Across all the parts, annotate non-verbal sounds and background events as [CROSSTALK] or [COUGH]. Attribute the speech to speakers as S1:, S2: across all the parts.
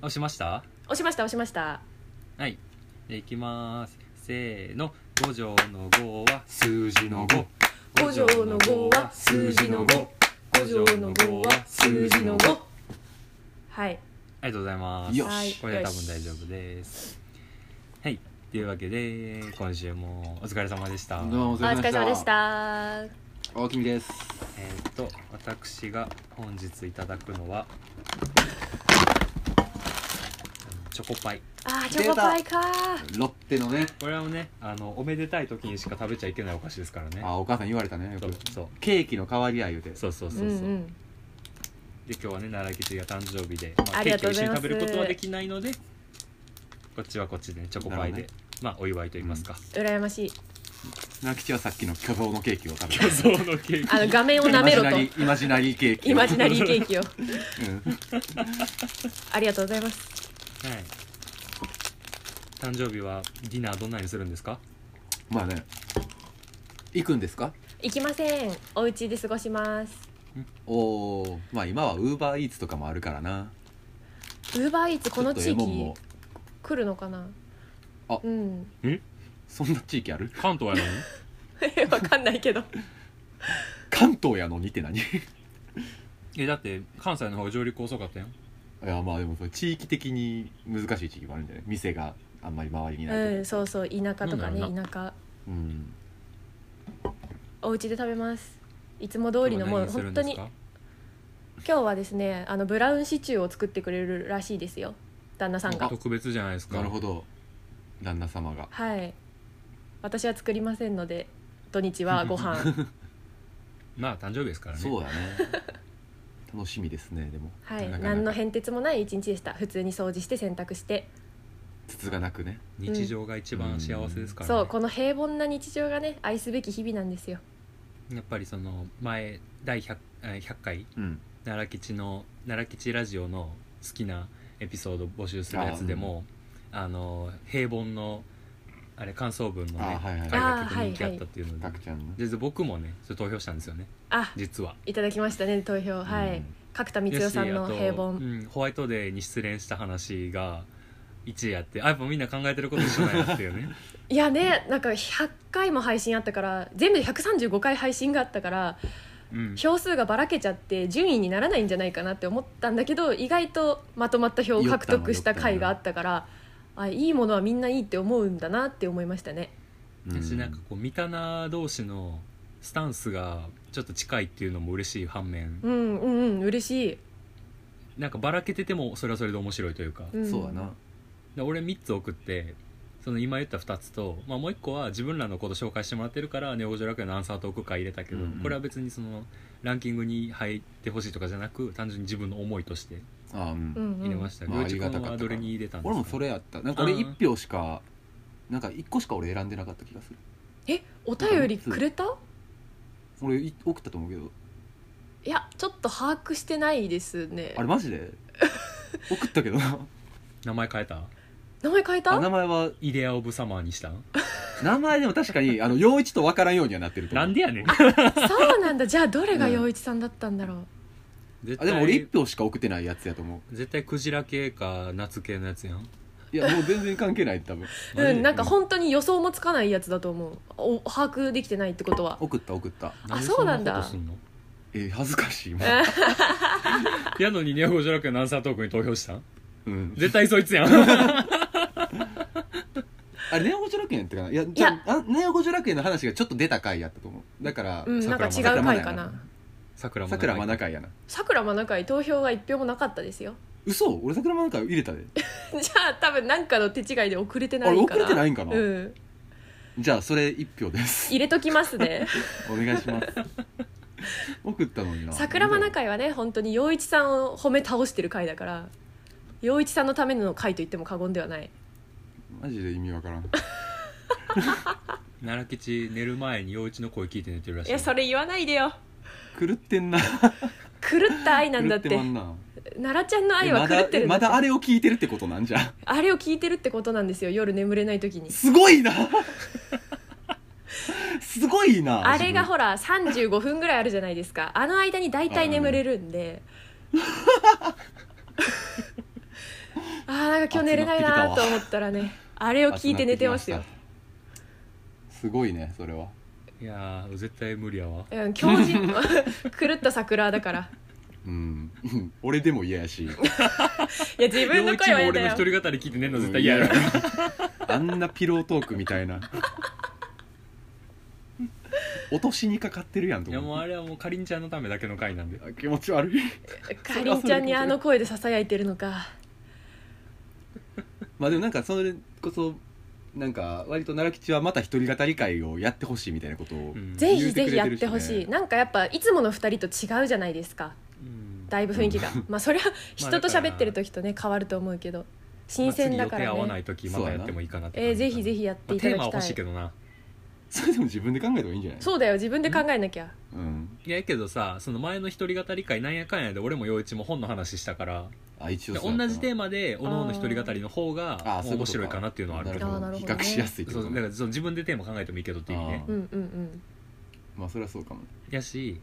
S1: 押しました
S2: 押しました押しました
S1: はいでいきますせーの五条の五は数字の五
S2: 五条の五は数字の五五条の五は数字の五はい
S1: ありがとうございます
S3: よし
S2: はい
S1: これで多分大丈夫ですはいというわけで今週もお疲れ様でした
S3: どうもお
S2: お疲
S3: 疲
S2: れ
S3: れ
S2: 様
S3: 様
S2: で
S3: で
S2: し
S3: した
S2: た
S3: 大きみです
S1: えーっと私が本日いただくのはチョコパイ
S2: あーチョコパイかー
S3: ロッテのね
S1: これはねあのおめでたい時にしか食べちゃいけないお菓子ですからね
S3: あお母さん言われたねよ
S1: そ
S3: く
S1: うそう
S3: ケーキの代わりや言うて
S1: そうそうそう
S2: う
S1: そ
S2: ん
S1: う、
S2: うん
S1: で今日はね奈良吉が誕生日で、ま
S2: あり
S1: ケ
S2: が
S1: ーキを
S2: とう
S1: 一緒
S2: ご
S1: に
S2: ざいます
S1: 食べることはできないのでこっちはこっちでねチョコパイ
S3: な
S1: で、
S3: る
S1: まあお祝いと言いますか、
S2: 羨ましい
S3: なきちはさっきの巨像のケーキを食べた
S1: [LAUGHS] 巨像のケーキ
S2: あの画面を [LAUGHS] 舐め [LAUGHS] ろと
S3: イマジナリーイマジナリーケーキを
S2: イマジナリーケーキを
S3: うん
S2: ありがとうございます
S1: はい誕生日はディナーどんなにするんですか
S3: まあね行くんですか
S2: 行きませんお家で過ごします
S3: おーまあ今はウーバーイーツとかもあるからな
S2: ウーバーイーツこの地
S3: ちょっとえもん
S2: 域
S3: も
S2: 来るのかな
S3: あ
S2: うん [LAUGHS]
S3: そんな地域ある
S1: 関東やのに [LAUGHS]
S2: えわかんないけど
S3: 関東やのにって何 [LAUGHS] い
S1: えだって関西の方が上陸遅かったよ
S3: やまあでもそれ地域的に難しい地域もあるんじゃない店があんまり周りにな
S2: う
S3: いとか
S2: んそうそう田舎とかね
S1: なんだろう
S2: 田舎
S3: うん
S2: お家で食べますいつも通りのもう
S1: 今日は
S2: 本
S1: 何
S2: 当
S1: するんで
S2: に
S1: すか
S2: 今日はですねあのブラウンシチューを作ってくれるらしいですよ旦那さんが
S1: 特別じゃないですか
S3: なるほど旦那様が
S2: はい私は作りませんので土日
S3: [LAUGHS]
S2: はご飯
S1: まあ誕生日ですからね
S3: そうだね [LAUGHS] 楽しみですねでも
S2: はい
S3: なかなか
S2: 何の変哲もない一日でした普通に掃除して洗濯して、
S3: つつがなくね
S1: 日常が一番幸せですから、ね
S2: そうこの平凡な日常がね愛すべき日々なんですよ
S1: やっぱりその前第 100, えー100回
S3: うん
S1: 奈良吉の奈良吉ラジオの好きなエピソード募集するやつでもあ,、の平凡のあれ感想文のね、
S3: あはいはい
S1: 回が結構人気あったっていうので,、
S3: たくちゃんの
S1: でで僕もねそれ投票したんですよね
S2: あ
S1: 実はい
S2: ただきましたね投票はい、
S3: うん
S2: 角田光代さんの
S1: ですし
S2: 平
S1: あと
S2: 凡
S1: うん、ホワイトデーに失恋した話が1位やってあやっぱみんな考えてること一緒なんやっていう
S2: [LAUGHS]
S1: ね
S2: いやねなんか100回も配信あったから全部で135回配信があったから
S1: うん
S2: 票数がばらけちゃって順位にならないんじゃないかなって思ったんだけど意外とまとまった票を獲得した回があったからあいいものはみんないいって思うんだなって思いましたね
S3: うん
S1: 私なんかこう見たな同士のスタンスがちょっと近いっていうのも嬉しい反面
S2: うんうんうん嬉しい、
S1: なんかばらけててもそれはそれで面白いというか,、
S2: ん、
S3: そうだな
S1: で俺3つ送ってその今言った2つと、まあ、もう1個は自分らのこと紹介してもらってるから「ネオジョ楽園のアンサートーク会」入れたけど、
S3: うんうん
S1: これは別にそのランキングに入ってほしいとかじゃなく単純に自分の思いとして
S3: あうん
S2: うんうん
S1: 入れました
S3: うん
S1: りょうちく
S3: まあありがた
S1: ん
S3: かった
S1: はどれに入れたんですか
S3: 俺もそれやったなんか俺
S1: うん
S3: 1票しかなんか1個しか俺選んでなかった気がする
S2: えお便りくれた
S3: 俺い送ったと思うけど
S2: いやちょっと把握してないですね
S3: あれマ
S2: [LAUGHS]
S3: ジで送ったけどな
S1: 名前変えた
S2: 名前変え
S3: あ
S2: た
S3: 名前は
S1: イデア・オブ・サマーにしたん
S3: 名前でも確かにあの陽一と分からんようにはなってると思
S1: な
S3: うん
S1: で
S3: [LAUGHS]
S1: やねん
S2: そうなんだじゃあどれが陽一さんだったんだろう、
S1: 絶
S3: あでも俺1票しか送ってないやつやと思
S1: 絶対クジラ系か夏系のやつやん
S3: ういやもう全然関係ない多分
S1: マジで
S2: うん、なんか本当に予想もつかないやつだと思うお把握できてないってことは
S3: 送った送った
S1: で
S2: そうなんだ
S1: ことすんの
S3: えー恥ずかし
S2: [LAUGHS]
S3: い今
S1: やのにネオ五条楽園のアンサートークに投票した
S3: [LAUGHS]
S1: ん
S3: うん
S1: 絶対そいつやんあ
S3: あれネオ五条楽園やったかないやじゃああネオ五条楽園の話がちょっと出た回やったと思うだから
S2: うんなんか違う
S3: 桜ま
S2: 回
S3: な
S2: かな
S1: 桜も
S3: 桜まな
S1: か
S3: 会やな
S2: さくらまな会投票が一票もなかったですよ
S3: 嘘俺桜まな会入れ
S2: [LAUGHS]
S3: たで
S2: じゃあ多分なんかの手違いで遅れてない
S3: あれ
S2: かな
S3: 遅れてないんかな、
S2: うん
S3: じゃあそれ1票です
S2: 入れときます
S3: [LAUGHS]
S2: ね
S3: お願いします送ったのにな
S2: 桜間中会はね本当に陽一さんを褒め倒してる会だから陽一さんのための会と言っても過言ではない
S3: マジで意味わからん
S1: 奈良吉寝る前に陽一の声聞いて寝てるらしい
S2: いやそれ言わないでよ
S3: 狂ってんな
S2: 狂った愛なんだっ
S3: 狂
S2: て
S3: まんな
S2: 奈良ちゃんの愛
S3: え
S2: は
S3: ま
S2: 狂
S3: だ
S2: ってる
S3: え
S2: んだ
S3: ま
S2: って
S3: だあれを聞いてるってことなんじゃ
S2: あれを聞いてるってことなんですよ夜眠れない時に
S3: すご
S2: [LAUGHS]
S3: いなすごいな
S2: あれが
S3: 自
S2: ほら35分ぐらいあるじゃないですかあの [LAUGHS] 間に大体眠れるんであーなんか今日寝れないなと思ったらねあれを聞いて寝てますよ
S3: 集まってきましたすごいねそれはい
S1: やー絶対無理やわ
S2: うん狂人 [LAUGHS] 狂った桜だから
S3: うん俺でも嫌やし
S2: いや自分
S1: 陽一
S2: の声は嫌だ
S1: も
S2: よ
S1: 俺の一人語り聞いて寝るの絶対嫌やろ
S3: あんなピロートークみたいな落としにかかってるやんと
S1: いやもう
S3: 思
S1: あれはもうかりんちゃんのためだけの回なんで
S3: う気持ち悪い
S2: かりんちゃんにあの声でささやいてるのか
S3: まあでもなんかそれこそなんか割と奈良吉はまた一人語り会をやってほしいみたいなことを、
S1: うん
S2: ぜ
S3: 言
S2: ひ
S3: うて
S2: ぜひ
S3: くれ
S2: や
S3: て
S2: っ
S3: るし
S2: て
S3: ね
S2: ほしいなんかやっぱいつもの2人と違うじゃないですか
S1: うん
S2: だいぶ雰囲気がまあそれは
S1: [LAUGHS]
S2: 人と
S1: だから
S2: 喋ってる時とね変わると思うけど新鮮だか
S1: まあ次
S2: ら
S1: 予定合わな
S2: ね
S1: い時またやってもいいかなって感
S2: えー
S1: じかな
S2: ぜひぜひやっ
S1: ま
S2: て
S1: あ
S2: いた
S1: テ
S2: だ
S1: ーマは
S2: き
S1: 欲
S2: た
S1: しい
S2: い
S1: けどな
S3: それでも自分で考えた方がいいんじゃない
S2: そうだよ自分で考えなきゃ
S3: う、ん、
S1: いややけどさその前の一人語り会なんやかんやで俺も陽一も本の話したから
S3: あ一応そうやったな
S1: 同じテーマでおのおの一人語りの方が
S3: あそうい
S1: 面
S3: うこと
S1: 白いかなっていうのはあるけど
S2: あーなるほどね
S3: 比較しやすいって
S1: そ
S3: こ
S1: う
S3: と
S1: だか
S3: ね
S1: らその自分でテーマ考えてもいいけどっていう意味ね
S2: うんうんうん
S3: まあそれはそうかも
S1: やし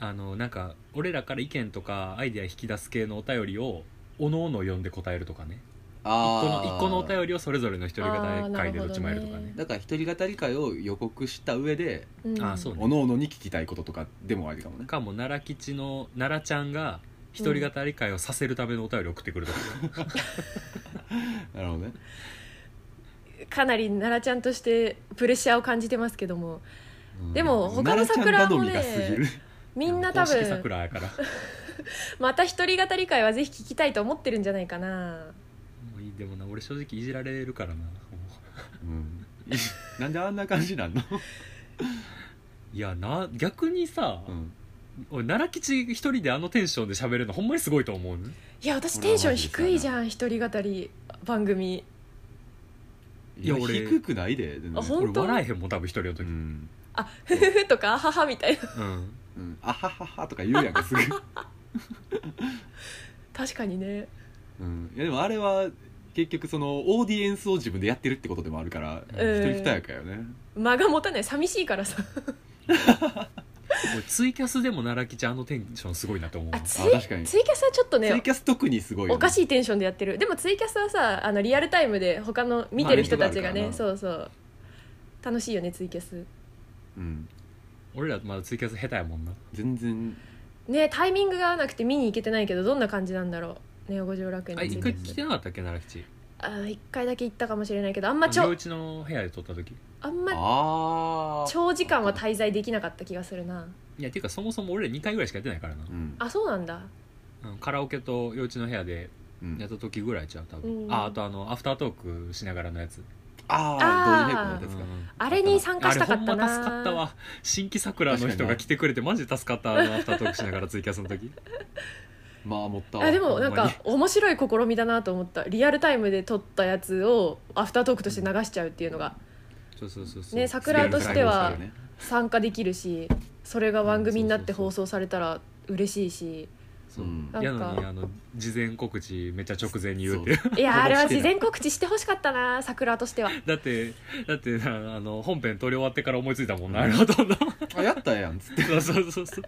S1: あのなんか俺らから意見とかアイデア引き出す系のお便りをおのおの読んで答えるとかね一個の
S3: あ
S1: 一個のお便りをそれぞれの一人語り会で
S2: あー
S1: どっちもやるとかね
S2: なるほどね
S3: だから一人語り会を予告した上で
S2: うん
S1: あーそうね
S3: おのおのに聞きたいこととかでもありかもね
S1: かも奈良吉の奈良ちゃんが一人語り会をさせるためのお便りを送ってくるとか、
S3: なるほどね
S2: かなり奈良ちゃんとしてプレッシャーを感じてますけども
S3: うん
S2: でも他の桜もね
S3: 奈良ちゃん頼みがすぎる
S2: [LAUGHS] みんな多
S1: 公式
S2: 分
S1: 桜やから
S2: また一人語り会はぜひ聞きたいと思ってるんじゃないかな
S1: もういいでもな俺正直いじられるからなも
S3: うんなんであんな感じなんの、
S1: ういやな逆にさ、
S3: うん
S1: 俺奈良吉一人であのテンションで喋れるのほんまにすごいと思うね
S2: いや私テンション低いじゃん一人語り番組
S1: いや俺
S3: 低くないで全然
S2: あほん
S1: 俺
S2: 本当
S1: 笑えへんもん多分一人の
S3: う
S1: 時うん、
S3: ん、
S2: あふふふとかあははみたいな
S3: うん、あはははとか言うやん
S2: [LAUGHS]
S3: かすぐ、
S2: 確かにね
S3: うん、いやでもあれは結局そのオーディエンスを自分でやってるってことでもあるか
S2: うん
S3: ら、一人二役やよね
S2: 間が持たない寂しいからさ
S1: 俺ツイキャスでも奈良吉あのテンションすごいなと思う
S2: あツイ
S3: 確かに
S2: ツイキャスはちょっと
S3: ツ
S2: ね
S3: イキャス特にすごいよ、ね、
S2: おかしいテンションでやってるでもツイキャスはさあのリアルタイムで他の見てる人たちがね、
S3: まあ
S2: そうそう楽しいよねツイキャス
S3: うん、
S1: 俺らまだツイキャス下手やもんな
S3: 全然
S2: ねタイミングが合わなくて見に行けてないけどどんな感じなんだろうネオ五条楽園
S1: あ
S2: の
S1: 一
S2: ツイキ
S1: 回
S2: ャ
S1: 来
S2: ス
S1: てなかったっけ奈良吉
S2: あー一回だけ行ったかもしれないけどあんまち
S1: 両
S2: ょ
S1: 一の部屋で撮った時
S2: あんま
S3: ああ
S2: 長時間は滞在できなかった気がするない
S1: やていうかそもそも俺ら2回ぐらいしかやってないからな
S3: う、ん
S2: あそうなんだ
S1: うんカラオケと両一の部屋で
S3: うん
S1: やった時ぐらいちゃう多分、
S2: うん
S1: ああとあのアフタートークしながらのやつ
S3: あ
S2: あー
S3: あ同時並行のやつか
S2: あれに参加したかったな
S1: あれほんま助かったわ新規桜の人が来てくれてマジで助かった
S2: [LAUGHS]
S1: あのアフタートークしながらツイキャスの時
S3: まあ持ったわ
S2: あでもなん
S1: ほんま
S2: か
S1: に
S2: 面白い試みだなと思ったリアルタイムで撮ったやつをアフタートークとして流しちゃうっていうのが
S1: そうそうそうそう
S2: ね桜としては
S3: ね
S2: 参加できるしそれが番組になって放送されたら嬉しいし
S1: そう
S3: うん
S1: やのにあの事前告知めっちゃ直前に言うって
S2: いやあれは
S3: して
S2: 事
S3: ない
S2: 前告知してほしかったな桜としては
S1: だってだってあの本編撮り終わってから思いついたもんな、あれほとんど
S3: あやったやんっつって
S1: そうそうそうそう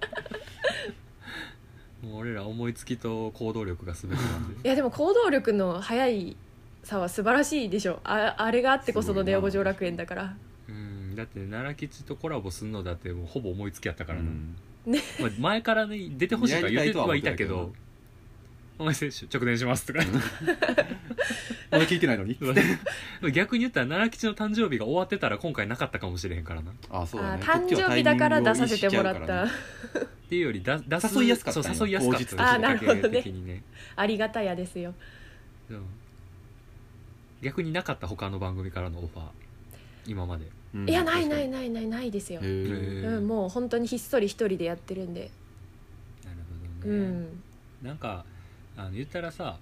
S1: もう俺ら思いつきと行動力が全てなんで
S2: いやでも行動力の速いさは素晴らしいでしょああれがあってこそのネオ五条楽園だから
S1: うんだって奈良吉とコラボするのだってもうほぼ思いつきやったからな、
S3: うん
S1: まあ、前からね出てほしいとは言ってはいたけ
S3: やりたいとは
S1: ど
S3: 思って
S1: 「お前選手直伝します」とか
S3: まだ聞いてないのに
S1: [LAUGHS] 逆に言ったら奈良吉の誕生日が終わってたら今回なかったかもしれへんからなっ
S3: [LAUGHS] あそうだ
S2: あ
S3: ね
S2: 誕生日だから出させてもらった、
S1: ていうよりだ出す
S3: 誘いやすかったん
S1: そ
S3: や
S1: う誘いやすかった
S2: 実
S3: 口
S2: あなるほど
S1: き
S2: ね
S1: っかけ的にね
S2: ありがたやですよ
S1: うん逆になかった他の番組からのオファー今まで
S2: いやないない
S3: へ
S2: ないないないですよ、
S1: へ
S3: え
S1: ー
S2: うん、もう本当にひっそり一人でやってるんで
S1: なるほ
S2: う
S1: どね、
S2: ん
S1: なんかあの言ったらさ、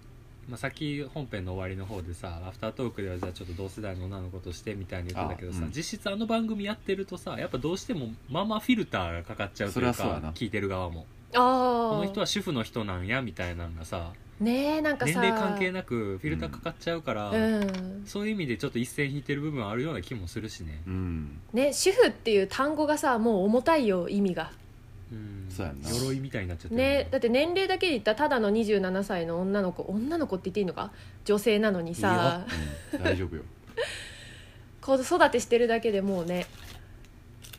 S1: まあ、さっき本編の終わりの方でさアフタートークではじゃあちょっと同世代の女の子としてみたいに言ってたけどさ、
S3: あうん
S1: 実質あの番組やってるとさやっぱどうしてもママフィルターがかかっちゃうという
S3: そりゃそうや
S1: か
S3: な
S1: 聞いてる側もこ
S2: あ
S1: の人は主婦の人なんやみたいなのがさ
S2: あねえなんか
S1: 年
S2: さ
S1: 齢関係なくフィルターかかっちゃうから、
S2: うん
S1: そういう意味でちょっと一線引いてる部分あるような気もするしね
S3: うん
S2: ね主婦っていう単語がさもう重たいよ意味が
S1: うん
S3: そうやんな
S1: 鎧みたいになっちゃってる
S2: ね、だって年齢だけで言ったらただの27歳の女の子女の子って言っていいのか女性なのにさ
S3: うん大丈夫よ
S2: 子育てしてるだけでもうね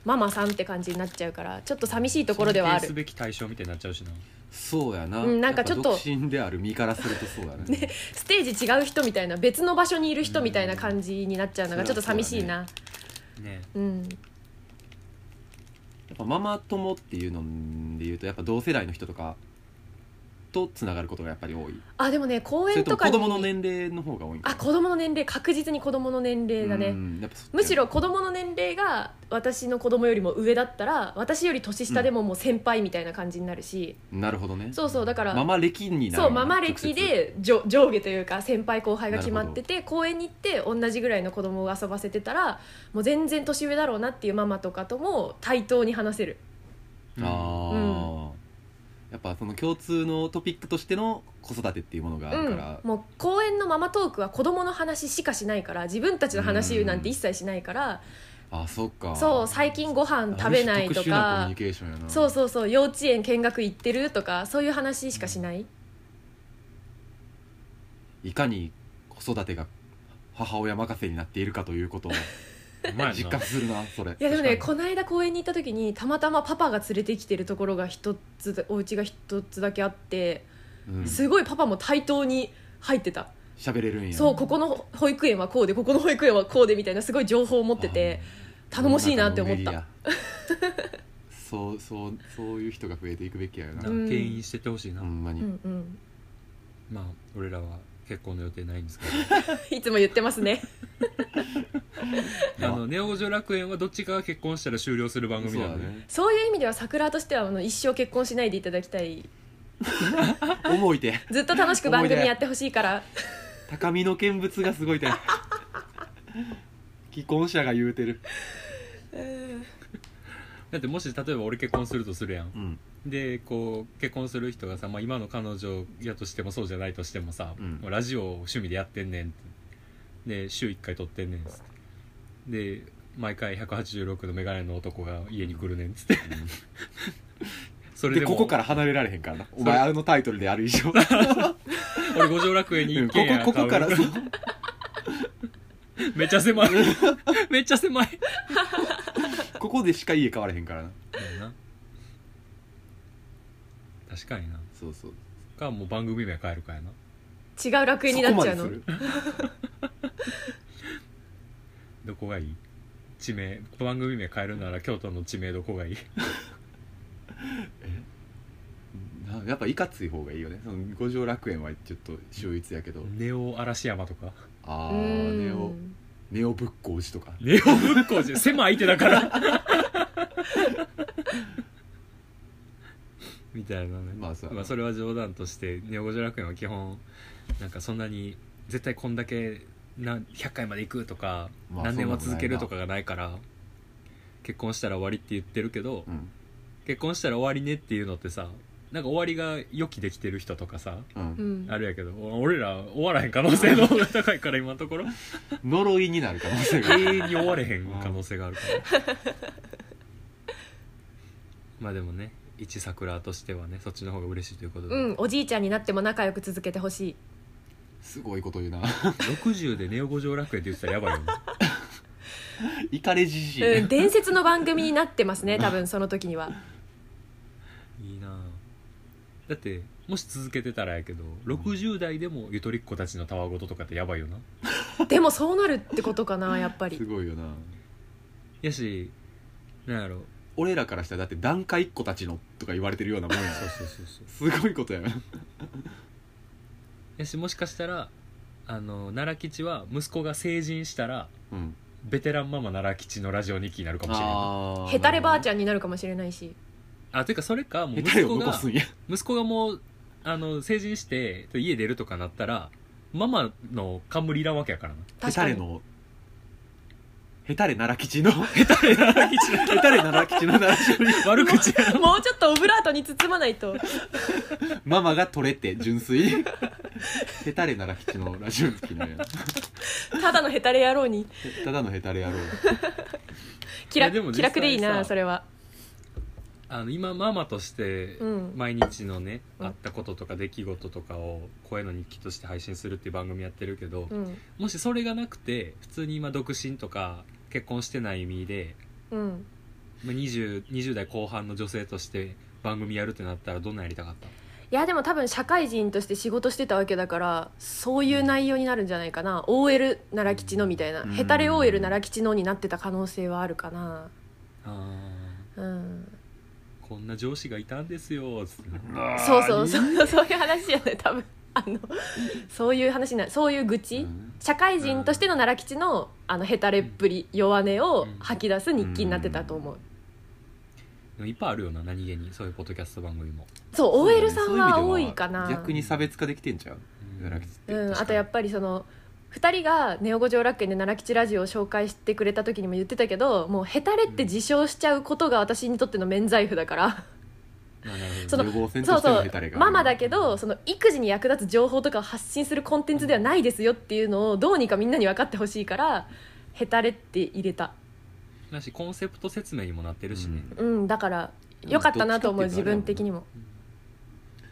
S2: ママさんって感じになっちゃうからちょっと寂しいところではあ
S1: 尊敬す
S2: る
S1: べき対象みたいになっちゃうしな
S3: そうやな、
S2: うんなんかちょっと
S3: やぱ独身である身からするとそうだね
S2: ステージ違う人みたいな別の場所にいる人みたいな感じになっちゃうのが
S3: うん
S2: ちょっと寂しいな
S1: ね
S3: [LAUGHS]
S2: うん
S3: やっぱママ友っていうのでいうとやっぱ同世代の人とかとつながることがやっぱり多い
S2: あでもね公
S3: そ
S2: 園
S3: れと
S2: と
S3: も
S2: か
S3: 子
S2: に
S3: 供の年齢の方が多いんか
S2: あ
S3: な
S2: 子供の年齢確実に子供の年齢だね、
S3: うんやっぱそっちや
S2: むしろ子供の年齢が私の子供よりも上だったら私より年下でももう先輩みたいな感じになるし、
S3: なるほどね
S2: そうそうだから
S3: ママ歴になる
S2: そうママ歴で上上下というか先輩後輩が決まってて公園に行って同じぐらいの子供を遊ばせてたらもう全然年上だろうなっていうママとかとも対等に話せる
S3: ああー、やっぱその共通のトピックとしての子育てっていうものがあるから、
S2: うん、もう公園のママトークは子供の話しかしないから自分たちの話なんて一切しないから、
S3: あそっか
S2: そう最近ご飯食べない
S3: ある
S2: と
S3: 種特殊なコミュ
S2: か
S3: ニケーションやな
S2: そうそうそう幼稚園見学行ってるとかそういう話しかしない、
S3: いかに子育てが母親任せになっているかということを
S1: お前
S3: 実感するなそれ
S2: いやでもね
S1: 確
S2: この間公園に行った時にたまたまパパが連れてきてるところが一つだお家が一つだけあって
S3: うん
S2: すごいパパも対等に入ってた、
S3: 喋れるんや
S2: そうここの保育園はこうでここの保育園はこうでみたいなすごい情報を持ってて
S3: あ
S2: 頼もしいなって思った
S3: 世の中のメディア [LAUGHS] そうそうそういう人が増えていくべきやよな、
S1: な
S2: うん
S1: んか牽引してってほしいな、
S3: ほんま
S2: う
S3: に、
S2: んうん [LAUGHS]
S1: まあ俺らは結婚の予定ないんです
S3: [LAUGHS]
S1: け
S2: いつも言ってますね
S1: どあのネオ女楽園はどっちかが結婚したら終了する番
S3: そう
S1: 組な
S3: だ
S1: ので、
S3: ね
S2: そういう意味では桜としてはあの一生結婚しないでいただきたい
S3: 思いて
S2: ずっと楽しく番組やってほしいから
S3: 高みの見物がすごいて既婚者が言うてる
S1: だってもし例えば俺結婚するとするやん
S3: うん
S1: でこう結婚する人がさ、まあ、今の彼女やとしてもそうじゃないとしてもさ、
S3: うん
S1: もうラジオを趣味でやってんねんってで週1回撮ってんねんっつってで毎回186の眼鏡の男が家に来るねんっつって [LAUGHS] それ
S3: で
S1: でも
S3: ここから離れられへんからなお前あのタイトルである以上こ
S1: 俺五条楽園に一軒家
S3: こここから
S1: 買う
S3: そう
S1: [LAUGHS] めっちゃ狭い [LAUGHS] めっちゃ狭い
S3: ここでしか家買われへんからな
S1: だよな確かにな
S3: そうそう
S1: かもう番組名変えるかやな
S2: 違う楽園になっちゃう
S3: そ
S2: の
S3: こまでする
S1: どこがいい地名番組名変えるなら京都の地名どこがいい
S3: なやっぱいかつい方がいいよねその五条楽園はちょっと秀逸やけど、
S1: ネオ嵐山とか
S3: あ
S2: う
S3: ーネオ
S2: ん
S3: ネオ仏光寺とか
S1: ネオ仏光寺狭い相手だから [LAUGHS] みたいなね
S3: まあそうやな
S1: それは冗談としてネオ五条楽園は基本なんかそんなに絶対こんだけ何100回まで行くとか、
S3: まあ
S1: 何年は
S3: そ
S1: 続
S3: んなもんないな
S1: けるとかがないから結婚したら終わりって言ってるけど、
S3: うん
S1: 結婚したら終わりねっていうのってさなんか終わりが予期できてる人とかさ
S3: う
S2: うんん
S1: あれやけどお俺ら終わらへん可能性の方が高いから今のところ
S3: 呪いになる可能性があ
S1: 永
S3: る
S1: 遠に終われへん可能性があるからまあでもね一桜としてはねそっちの方が嬉しいということで、
S2: うん、おじいちゃんになっても仲良く続けてほしい
S3: [LAUGHS] すごいこと言うな
S2: [LAUGHS]
S1: 60でネオ五条楽園って言ってたらやばいよ
S3: [LAUGHS]
S1: ね
S3: イカレじじい
S2: うん、伝説の番組になってますね多分その時には
S1: いいなあだってもし続けてたらやけど60代でもゆとりっ子たちのたわごととかってやばいよな
S2: でもそうなるってことかなやっぱり
S3: [LAUGHS] すごいよな
S1: やしなんやろ
S3: 俺らからしたらだって段階っ子たちのとか言われてるようなもんや
S1: そうそうそうそう
S3: すごいことやな
S1: やしもしかしたらあの奈良吉は息子が成人したら
S3: うん
S1: ベテランママ奈良吉のラジオ日記になるかもしれないあ
S3: あ
S2: へたればあち
S3: ゃ
S2: ゃんになるかもしれないし
S1: あていうかそれかもう
S3: へ
S1: 息
S3: たれを
S1: 子
S3: 残
S1: が
S3: すんや
S1: 息子がもうあの成人して家出るとかなったらママの冠いらんわけやからな
S3: へ
S2: 確
S3: た
S2: か
S3: れ
S2: に
S3: のへたれ奈良吉のへたれ奈良吉のへたれ奈良吉のラジオに
S1: [LAUGHS] 悪口やな
S2: もうちょっとオブラートに包まないと
S3: ママが取れて純粋へたれ奈良吉のラジオ好きなんや
S2: ただのへたれ野郎に
S3: ただのへたれ野郎
S2: 気
S1: いやでも
S2: 楽
S1: 実際
S2: 気
S1: さ
S2: 楽でいいなそれは
S1: あの今ママとして
S2: うん
S1: 毎日のね、
S2: うん
S1: あったこととか出来事とかを声の日記として配信するっていう番組やってるけど、
S2: うん
S1: もしそれがなくて普通に今独身とか結婚してない意味で、
S2: うん
S1: まあ、20, 20代後半の女性として番組やるってなったらどんなんやりたかった
S2: いやでも多分社会人として仕事してたわけだからそういう内容になるんじゃないかな OL 奈良吉のみたいな
S3: うん
S2: ヘタレ OL 奈良吉のになってた可能性はあるかな
S1: あ
S2: うん
S1: ーこんな上司がいたんですよつって
S2: そうそうそう [LAUGHS] そういう話じゃない多分あのそういう話になそういう愚痴、
S3: うん
S2: 社会人としての奈良吉のあのヘタレっぷり弱音を
S1: うん
S2: 吐き出す日記になってたと思う、
S1: でもいっぱいあるよな何気にそういうポッドキャスト番組も、
S2: そう
S3: そうだね
S2: OL さんは多いかな
S3: そういう意味では逆に差別化できてんじゃん
S1: うん
S3: 奈良吉って、
S2: うん、
S1: 確かに
S2: あとやっぱりその2人が「ネオ五条楽園」で奈良吉ラジオを紹介してくれた時にも言ってたけどもうヘタレって自称しちゃうことが私にとっての免罪符だから、
S1: まあなるほ
S2: そ
S1: ど
S2: の
S1: ね
S3: 予防線と
S2: そう
S3: して
S2: そ
S3: の
S2: う
S3: ヘタレが
S2: ママだけどその育児に役立つ情報とかを発信するコンテンツではないですよっていうのをどうにかみんなに分かってほしいからヘタレって入れた、
S1: だしコンセプト説明にもなってるしね、
S2: うん、だから良かったなと思う
S3: どっちか
S2: 自
S3: っていうと
S2: 分的
S3: あれだもんね
S2: にも。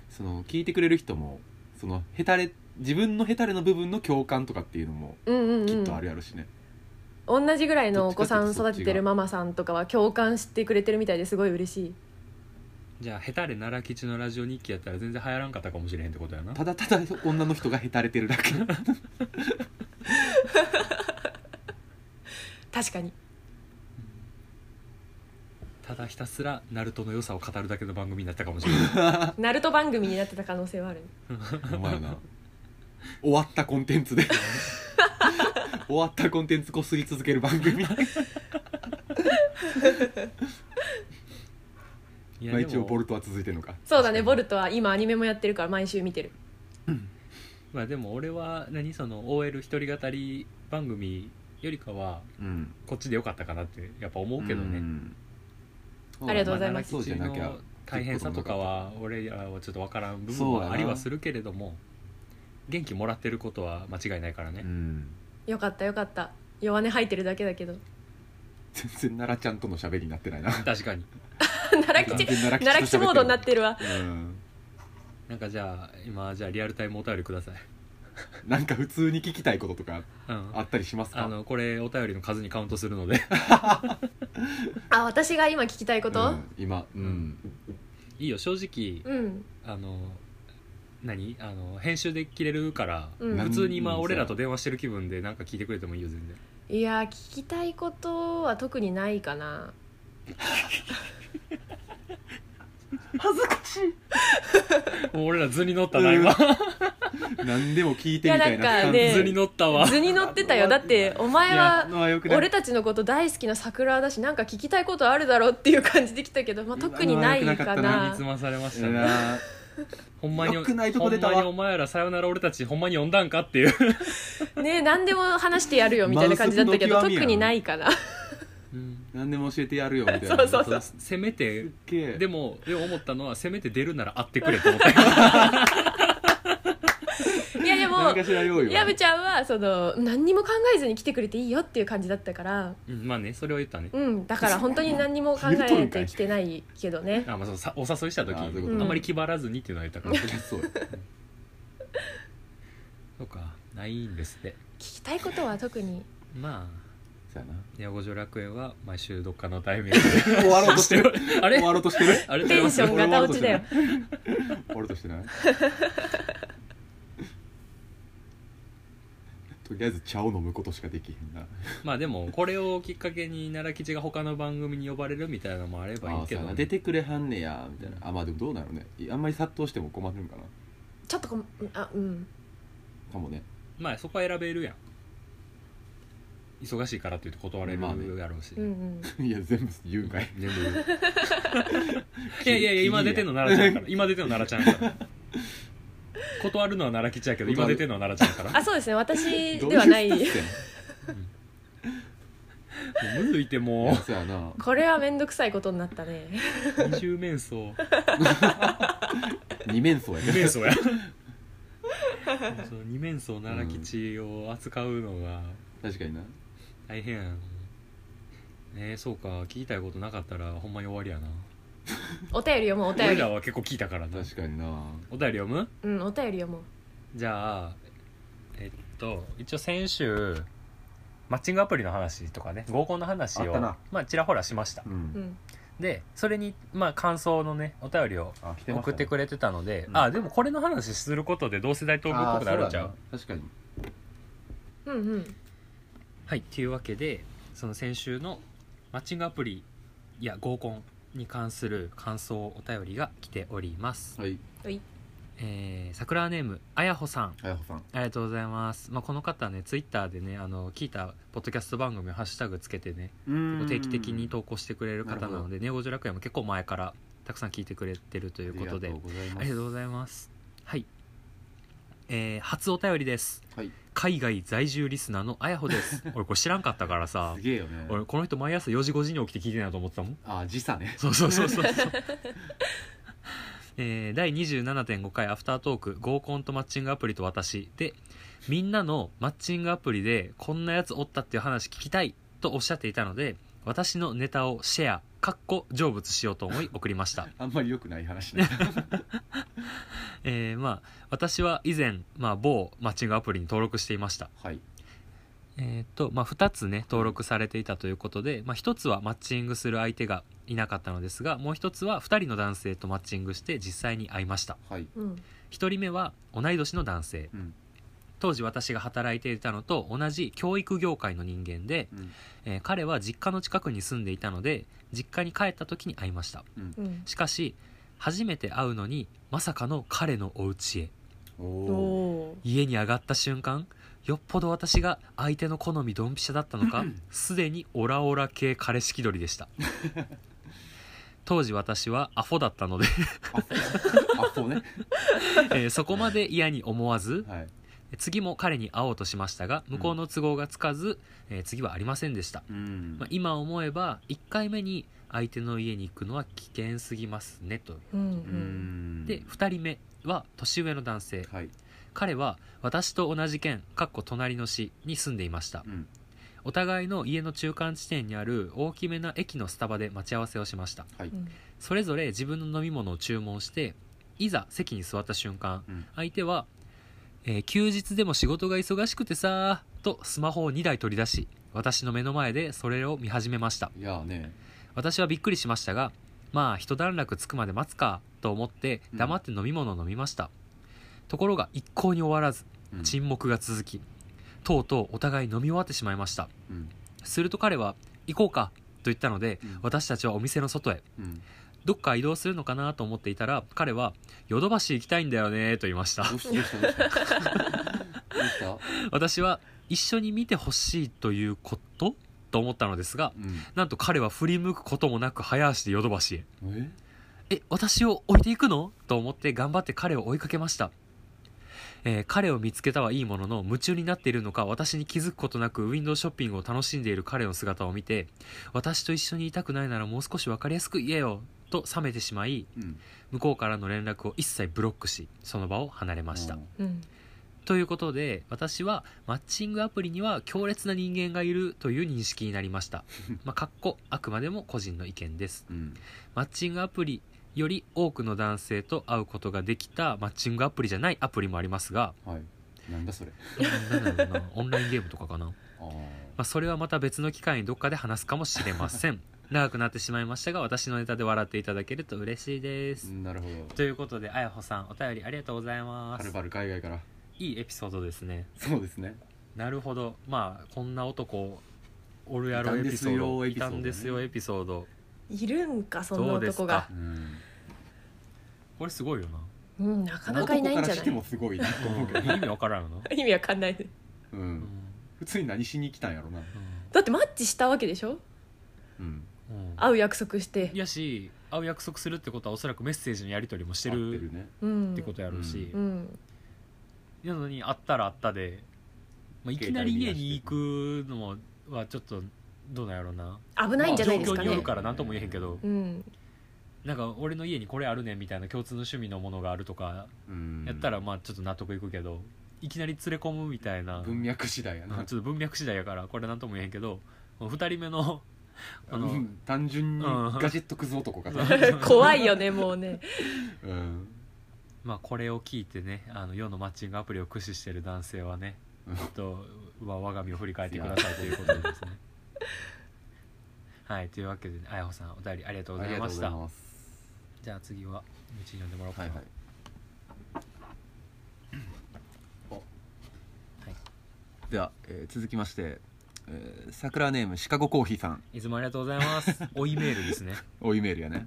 S3: その聞いてくれる人もそのヘタレ自分のヘタレの部分の共感とかっていうのも
S2: うんうんうん、
S3: きっとあるやろしね、
S2: 同じぐらいのお子さん
S3: どっちかってい
S2: 育て
S3: うとそっちが
S2: てるママさんとかは共感してくれてるみたいですごい嬉しい
S1: じゃあヘタレ奈良吉のラジオ日記やったら全然流行らんかったかもしれへんってことやな
S3: ただただ女の人がヘタレてる
S1: [LAUGHS]
S3: だけ
S2: 確かに
S1: ただひたすらナルトの良さを語るだけの番組になったかも [LAUGHS] しれない
S2: ナルト番組になってた可能性はある
S3: お前な終わったコンテンツで終わったコンテンツこすり続ける番組
S1: い
S3: まあ一応ボ
S1: ル
S3: ルトは続いてるのか
S2: そうだ
S1: 確
S2: ね
S1: かに
S2: ボルトは今アニメもやってるから毎週見てる
S1: まあでも俺は何その OL 一人語り番組よりかは
S3: うん
S1: こっちでよかったかなってやっぱ思うけどね、
S3: ん
S2: ありがとうございます
S3: そうじゃなきゃ
S1: の大変さとかは俺らはちょっとわからん部分
S3: そう
S1: は
S3: やな
S1: ありはするけれども元気もらってることは間違いないからね、
S3: うん
S2: よかったよかった弱音吐いてるだけだけど [LAUGHS]
S3: 全然奈良ちゃんとの喋りになってないな
S1: 確かに
S2: 奈良
S3: 全
S2: 吉
S3: 然奈
S2: 奈良吉モードになってるわ
S3: てるうん
S1: なんかじゃあ今じゃあリアルタイムお便りください、
S3: なんか普通に聞きたいこととか
S1: うん、
S3: あったりしますか
S1: あのこれお便りの数にカウントするので [LAUGHS]
S2: あ私が今聞きたいこと
S3: うん今うん
S1: いいよ正直
S2: うん
S1: あの何あの編集で切れるから、
S2: うん
S1: 普通に今
S3: うん
S1: 俺らと電話してる気分でなんか聞いてくれてもいいよ全然
S3: [LAUGHS]
S2: いやー聞きたいことは特にないかな
S3: 恥ずかしい
S1: もう俺ら図に乗ったな [LAUGHS] 今、
S3: 何でも聞いてみたい
S2: いや
S3: な
S2: なんか
S3: 感
S2: ね
S1: 図に乗ったわ
S2: 図に乗ってたよだってお前は俺
S3: た
S2: たちのこと大好きな桜だしなんか聞きたいことあるだろうっていう感じできたけど、まあ、特にないか
S3: 今
S2: な
S3: のは
S1: につまされましたね
S3: な
S1: ほんまに
S3: よくないとこ出たわ
S1: ほんまにお前らさよなら俺たちほんまに呼んだんかっていう
S2: ねえ何でも話してやるよみたいな感じだったけど
S3: 満足の極みやん
S2: 特にないかな
S1: うん
S3: 何でも教えてやるよみたい
S2: [LAUGHS]
S3: な
S2: そうそうそう
S1: [LAUGHS] せめて
S3: すっげえ
S1: でもでも思ったのはせめて出るなら会ってくれと思ったよ
S3: [LAUGHS]
S2: いやでも
S3: 何かしら用意は
S2: ヤブちゃんはその何にも考えずに来てくれていいよっていう感じだったから
S1: うんまあねそれを言ったね
S2: うんだから本当に何にも考えてきてないけどね
S1: あ、まあ、そうさお誘いした時
S3: あーそういうこと
S2: ね
S1: あんまり気張らずにっていうのは言ったから
S3: そう
S1: そうかないんですって
S2: 聞きたいことは特に
S1: ま
S3: そうやな
S1: あネオ五条楽園は毎週どっかのタイミング
S3: 終わろう
S1: で
S3: と
S1: し
S3: してて
S1: る
S3: る
S1: [LAUGHS] あれ
S3: 終わろうとしてる
S1: あれ
S2: テンションが倒落ちだよ
S3: 終わろうとしてない [LAUGHS] とりあえず茶を飲むことしかできへんな
S1: まあでもこれをきっかけに奈良吉が他の番組に呼ばれるみたいなのもあればい
S3: あ
S1: い
S3: あ
S1: けど
S3: そうや
S1: ね、
S3: な出てくれはんねやみたいなあまあでもどうなのねあんまり殺到しても困るんかな
S2: ちょっとこんあうん
S3: かもね
S1: まあそこは選べるやん忙しいからって言って断れ
S3: まあね
S1: るやろうし、
S2: うんうん
S3: いや全部言うんかい
S1: 全部
S3: [LAUGHS]
S1: いやいやいや今出てんの奈良ちゃんやから [LAUGHS] 今出てんの奈良ちゃんや
S3: [LAUGHS]
S1: から断るのは奈良吉やけど今出てんのは奈良ちゃんやか
S2: あそうですね私
S3: どう
S2: ではない
S3: いうスタンス
S1: らもうむずいて
S3: やんい
S1: も
S3: やそうやな
S2: これは面倒くさいことになったね
S1: う二重面相
S3: [LAUGHS] 二面相や
S1: 二
S3: ね
S1: 面相やその二面相奈良吉を扱うのが
S3: 確かにな
S1: 大変やんねえそうか聞きたいことなかったらほんまに終わりやな
S2: お便り読もうお便
S1: 俺
S2: り
S1: らは結構聞いたからな
S3: 確かにな
S1: お便り読む
S2: うんお便り読もう
S1: じゃあえっと一応先週マッチングアプリの話とかね合コンの話
S3: あっ
S1: を
S3: たな
S1: まあちらほらしました、
S3: うん
S2: うん
S1: でそれにまあ感想のねお便りを
S3: あ来てましたね
S1: 送ってくれてたので、
S3: うん
S1: あでもこれの話することで同世代統合っぽくなるんちゃう
S3: あーそうだな確かに
S2: うんうん
S1: はいっていうわけでその先週のマッチングアプリや合コンに関する感想お便りが来ております、
S3: はい
S1: えー、桜ネームあやほさん
S3: あやほさん
S1: ありがとうございます、まあ、この方はねツイッターでねあの聞いたポッドキャスト番組をハッシュタグつけてね定期的に投稿してくれる方なのでネゴジ楽屋も結構前からたくさん聞いてくれてるとい
S3: と
S1: うことで
S3: ありがとうござい
S1: あ
S3: ま
S1: りが
S3: す
S1: とうございますはいえー、初お便りです
S3: はい
S1: 海外在住リスナーのあやほです [LAUGHS] 俺これ知らんかったからさ
S3: すげえよね
S1: 俺この人毎朝4時5時に起きて聞いてないと思ってたもん
S3: あ時差ね
S1: そうそうそうそうえー、第27.5回アフタートーク合コンとマッチングアプリと私でみんなのマッチングアプリでこんなやつおったっていう話聞きたいとおっしゃっていたので私のネタをシェアかっこ成仏しようと思い送りました
S3: あんまり良くない
S1: [LAUGHS]
S3: 話ね
S1: えーまあ私は以前、まあ、某マッチングアプリに登録していました
S3: はい
S1: えーっとまあ、2つね登録されていたということで、まあ、1つはマッチングする相手がいなかったのですがもう1つは2人の男性とマッチングして実際に会いました
S3: はい
S2: うん
S1: 1人目は同い年の男性
S3: うん
S1: 当時私が働いていたのと同じ教育業界の人間で、
S3: うん
S1: えー彼は実家の近くに住んでいたので実家に帰った時に会いました
S2: うん
S1: しかし初めて会うのにまさかの彼のお家へ
S3: お
S2: お
S3: お
S2: お
S1: 家に上がった瞬間よっぽど私が相手の好みドンピシャだったのかすでにオラオラ系彼氏気取りでした
S3: [LAUGHS]
S1: 当時私はアホだったので、
S3: あそうあそうね
S1: えーそこまで嫌に思わず
S3: はい
S1: 次も彼に会おうとしましたが向こうの都合がつかず、えー次はありませんでした、
S3: うん
S1: まあ、今思えば1回目に相手の家に行くのは危険すぎますねと
S2: うんう
S3: うんん
S1: で2人目は年上の男性
S3: はい
S1: 彼は私と同じ県かっこ隣の市に住んでいました
S3: うん
S1: お互いの家の中間地点にある大きめな駅のスタバで待ち合わせをしました
S2: うん
S1: それぞれ自分の飲み物を注文していざ席に座った瞬間、
S3: うん
S1: 相手は、えー休日でも仕事が忙しくてさー」とスマホを2台取り出し私の目の前でそれを見始めました
S3: いやーね
S1: 私はびっくりしましたがまあ一段落つくまで待つかと思って
S3: うん
S1: 黙って飲み物を飲みました、ところが一向に終わらず
S3: うん
S1: 沈黙が続き、とうとうお互い飲み終わってしまいました
S3: うん
S1: すると彼は「行こうか」と言ったので、
S3: うん
S1: 私たちはお店の外へ
S3: うん
S1: どっか移動するのかなと思っていたら彼は「ヨドバシ行きたいんだよね」と言いました
S3: どうしたどうしたどうした
S1: [LAUGHS]
S3: どうした
S1: 私は「一緒に見てほしいということ?」と思ったのですがなんと彼は振り向くこともなく早足でヨドバシへ
S3: うんえ
S1: え私を置いていくのと思って頑張って彼を追いかけました、えー彼を見つけたはいいものの夢中になっているのか私に気づくことなくウィンドウショッピングを楽しんでいる彼の姿を見て私と一緒にいたくないならもう少し分かりやすく言えよと冷めてしまい
S3: うん
S1: 向こうからの連絡を一切ブロックしその場を離れました、
S3: うん
S2: うん
S1: ということで私はマッチングアプリには強烈な人間がいるという認識になりました
S3: [LAUGHS]
S1: まあかっこあくまでも個人の意見です
S3: うん
S1: マッチングアプリより多くの男性と会うことができたマッチングアプリじゃないアプリもありますが
S3: はいなんだそれ
S1: うんなんだろうなオンラインゲームとかかな、ま
S3: あー
S1: あ、それはまた別の機会にどっかで話すかもしれませ [LAUGHS] ん長くなってしまいましたが私のネタで笑っていただけると嬉しいです、
S3: なるほど
S1: ということであやほさんお便りありがとうございま
S3: は
S1: す
S3: るばる海外から
S1: いいエピソードですね
S3: そうですね
S1: なるほどまあこんな男おるやろエピソードい
S3: い
S1: た
S3: た
S1: ん
S3: ん
S1: で
S3: ですす
S1: よ
S3: よ
S1: エピソード
S2: いるんかそんな
S1: どうです
S2: 男が
S1: か
S3: うん
S1: これすごいよな
S2: うんなかなかいないんじゃ
S3: 男からし
S2: な
S3: て
S2: い
S3: もすごいなと思うけど
S1: 意味わからんよな、
S2: [LAUGHS] 意味わかんない
S3: うん
S1: うん
S3: 普通に何しに来たんやろな
S2: だってマッチしたわけでしょ
S3: うん
S1: うんうん
S2: 会う約束して
S1: やし会う約束するってことはおそらくメッセージのやり取りもして
S3: 合って
S1: る
S3: るね
S2: うん
S1: ってことやろうし
S2: う、ん
S1: なのに会ったら会ったで、まあ、いきなり家に行くのはちょっとどうなんやろうな
S2: 危ないんじゃないですか
S1: まあ状況によ
S2: ね
S1: るから何とも言えへんけど、
S2: うん
S1: なんか俺の家にこれあるねんみたいな共通の趣味のものがあるとか
S3: うん
S1: やったらまあちょっと納得いくけど、いきなり連れ込むみたいな、
S3: 文脈次第や
S1: う [LAUGHS]
S3: なん
S1: ちょっと文脈次第やからこれ何とも言えへんけど2人目のあの
S3: うん単純に
S1: うん
S3: ガジェットクズ
S1: [LAUGHS]
S3: 男がさ、
S2: 怖いよねもうね
S3: うん、
S1: まあこれを聞いてねあの世のマッチングアプリを駆使してる男性はね
S3: うん
S1: ちょっとは我が身を振り返ってくださいということでですねはいというわけでねあやほさんお便りありがとうご
S3: あ
S1: ざ
S3: り
S1: い
S3: がと
S1: ま
S3: うご
S1: し
S3: ざい
S1: た
S3: ます
S1: じゃあ次はうちに呼んでもらおうか
S3: は
S1: ない
S3: はい
S1: はい
S3: では、えー続きまして、えー桜ネームシカゴコーヒーさん
S1: いつもありがとうござい
S3: [LAUGHS]
S1: ます。おいメールですね。
S3: おいメールやね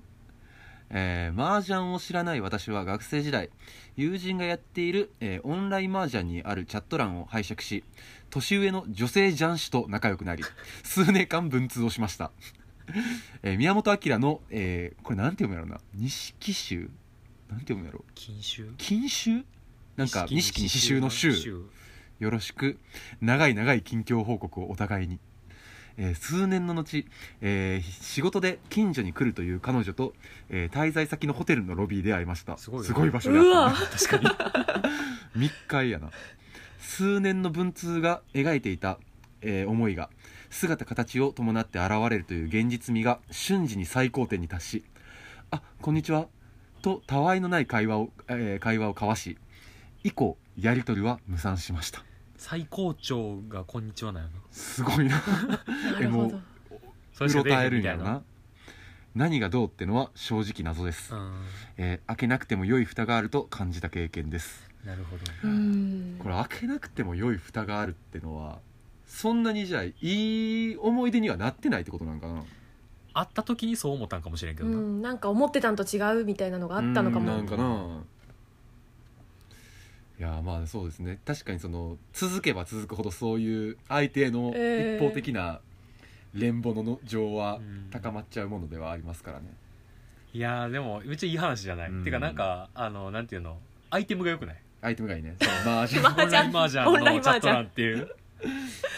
S3: えー、麻雀を知らない私は学生時代友人がやっている、えーオンライン麻雀にあるチャット欄を拝借し年上の女性雀士と仲良くなり [LAUGHS] 数年間文通をしました、えー宮本明の、えーこれなんて読むやろな錦州なんて読むやろ
S1: 禁酒
S3: 錦州なんか錦に刺繍の州よろしく長い長い近況報告をお互いに、えー数年の後、えー仕事で近所に来るという彼女と、えー滞在先のホテルのロビーで会いました
S1: すごいよね
S3: 場所で
S2: う
S3: 会った
S2: わ
S3: ね
S1: 確かに。
S3: 密会やな数年の文通が描いていた、えー思いが姿形を伴って現れるという現実味が瞬時に最高点に達し「あこんにちは」とたわいのない会話を、えー会話を交わし以降やり取りは無賛しました
S1: 最高潮がこんにちはなの。
S3: すごいな
S2: なるほど
S1: そう
S3: ろ
S1: 出
S3: たえるん
S1: みた
S3: や
S1: い
S3: ろな。何がどうってのは正直謎です、
S1: うん。
S3: えー開けなくても良い蓋があると感じた経験です
S1: なるほど。
S2: うん
S3: これ開けなくても良い蓋があるってのはそんなにじゃあいい思い出にはなってないってことなんかな
S1: 会った時にそう思ったんかもしれんけ
S2: う
S1: どな。
S2: ん、なんか思ってたんと違うみたいなのがあったのか
S3: うん
S2: も
S3: なんかないやーまあそうですね確かにその続けば続くほどそういう相手への
S2: え
S3: 一
S2: ー
S3: 方的な連母の情は
S1: うん
S3: 高まっちゃうものではありますからね、
S1: いやーでもめっちゃいい話じゃない。
S3: うん
S1: てかなんかあのなんていうのアイテムが良くない。
S3: アイテムがいいねその麻雀
S1: [LAUGHS]
S2: 麻
S1: オン
S2: 雀
S1: ラインマージャン
S2: オンラ
S1: の
S2: イン
S1: チ
S2: マ
S1: ャ
S2: ー
S1: ッ
S2: ジ
S1: ト
S2: ャン
S1: 欄っていう。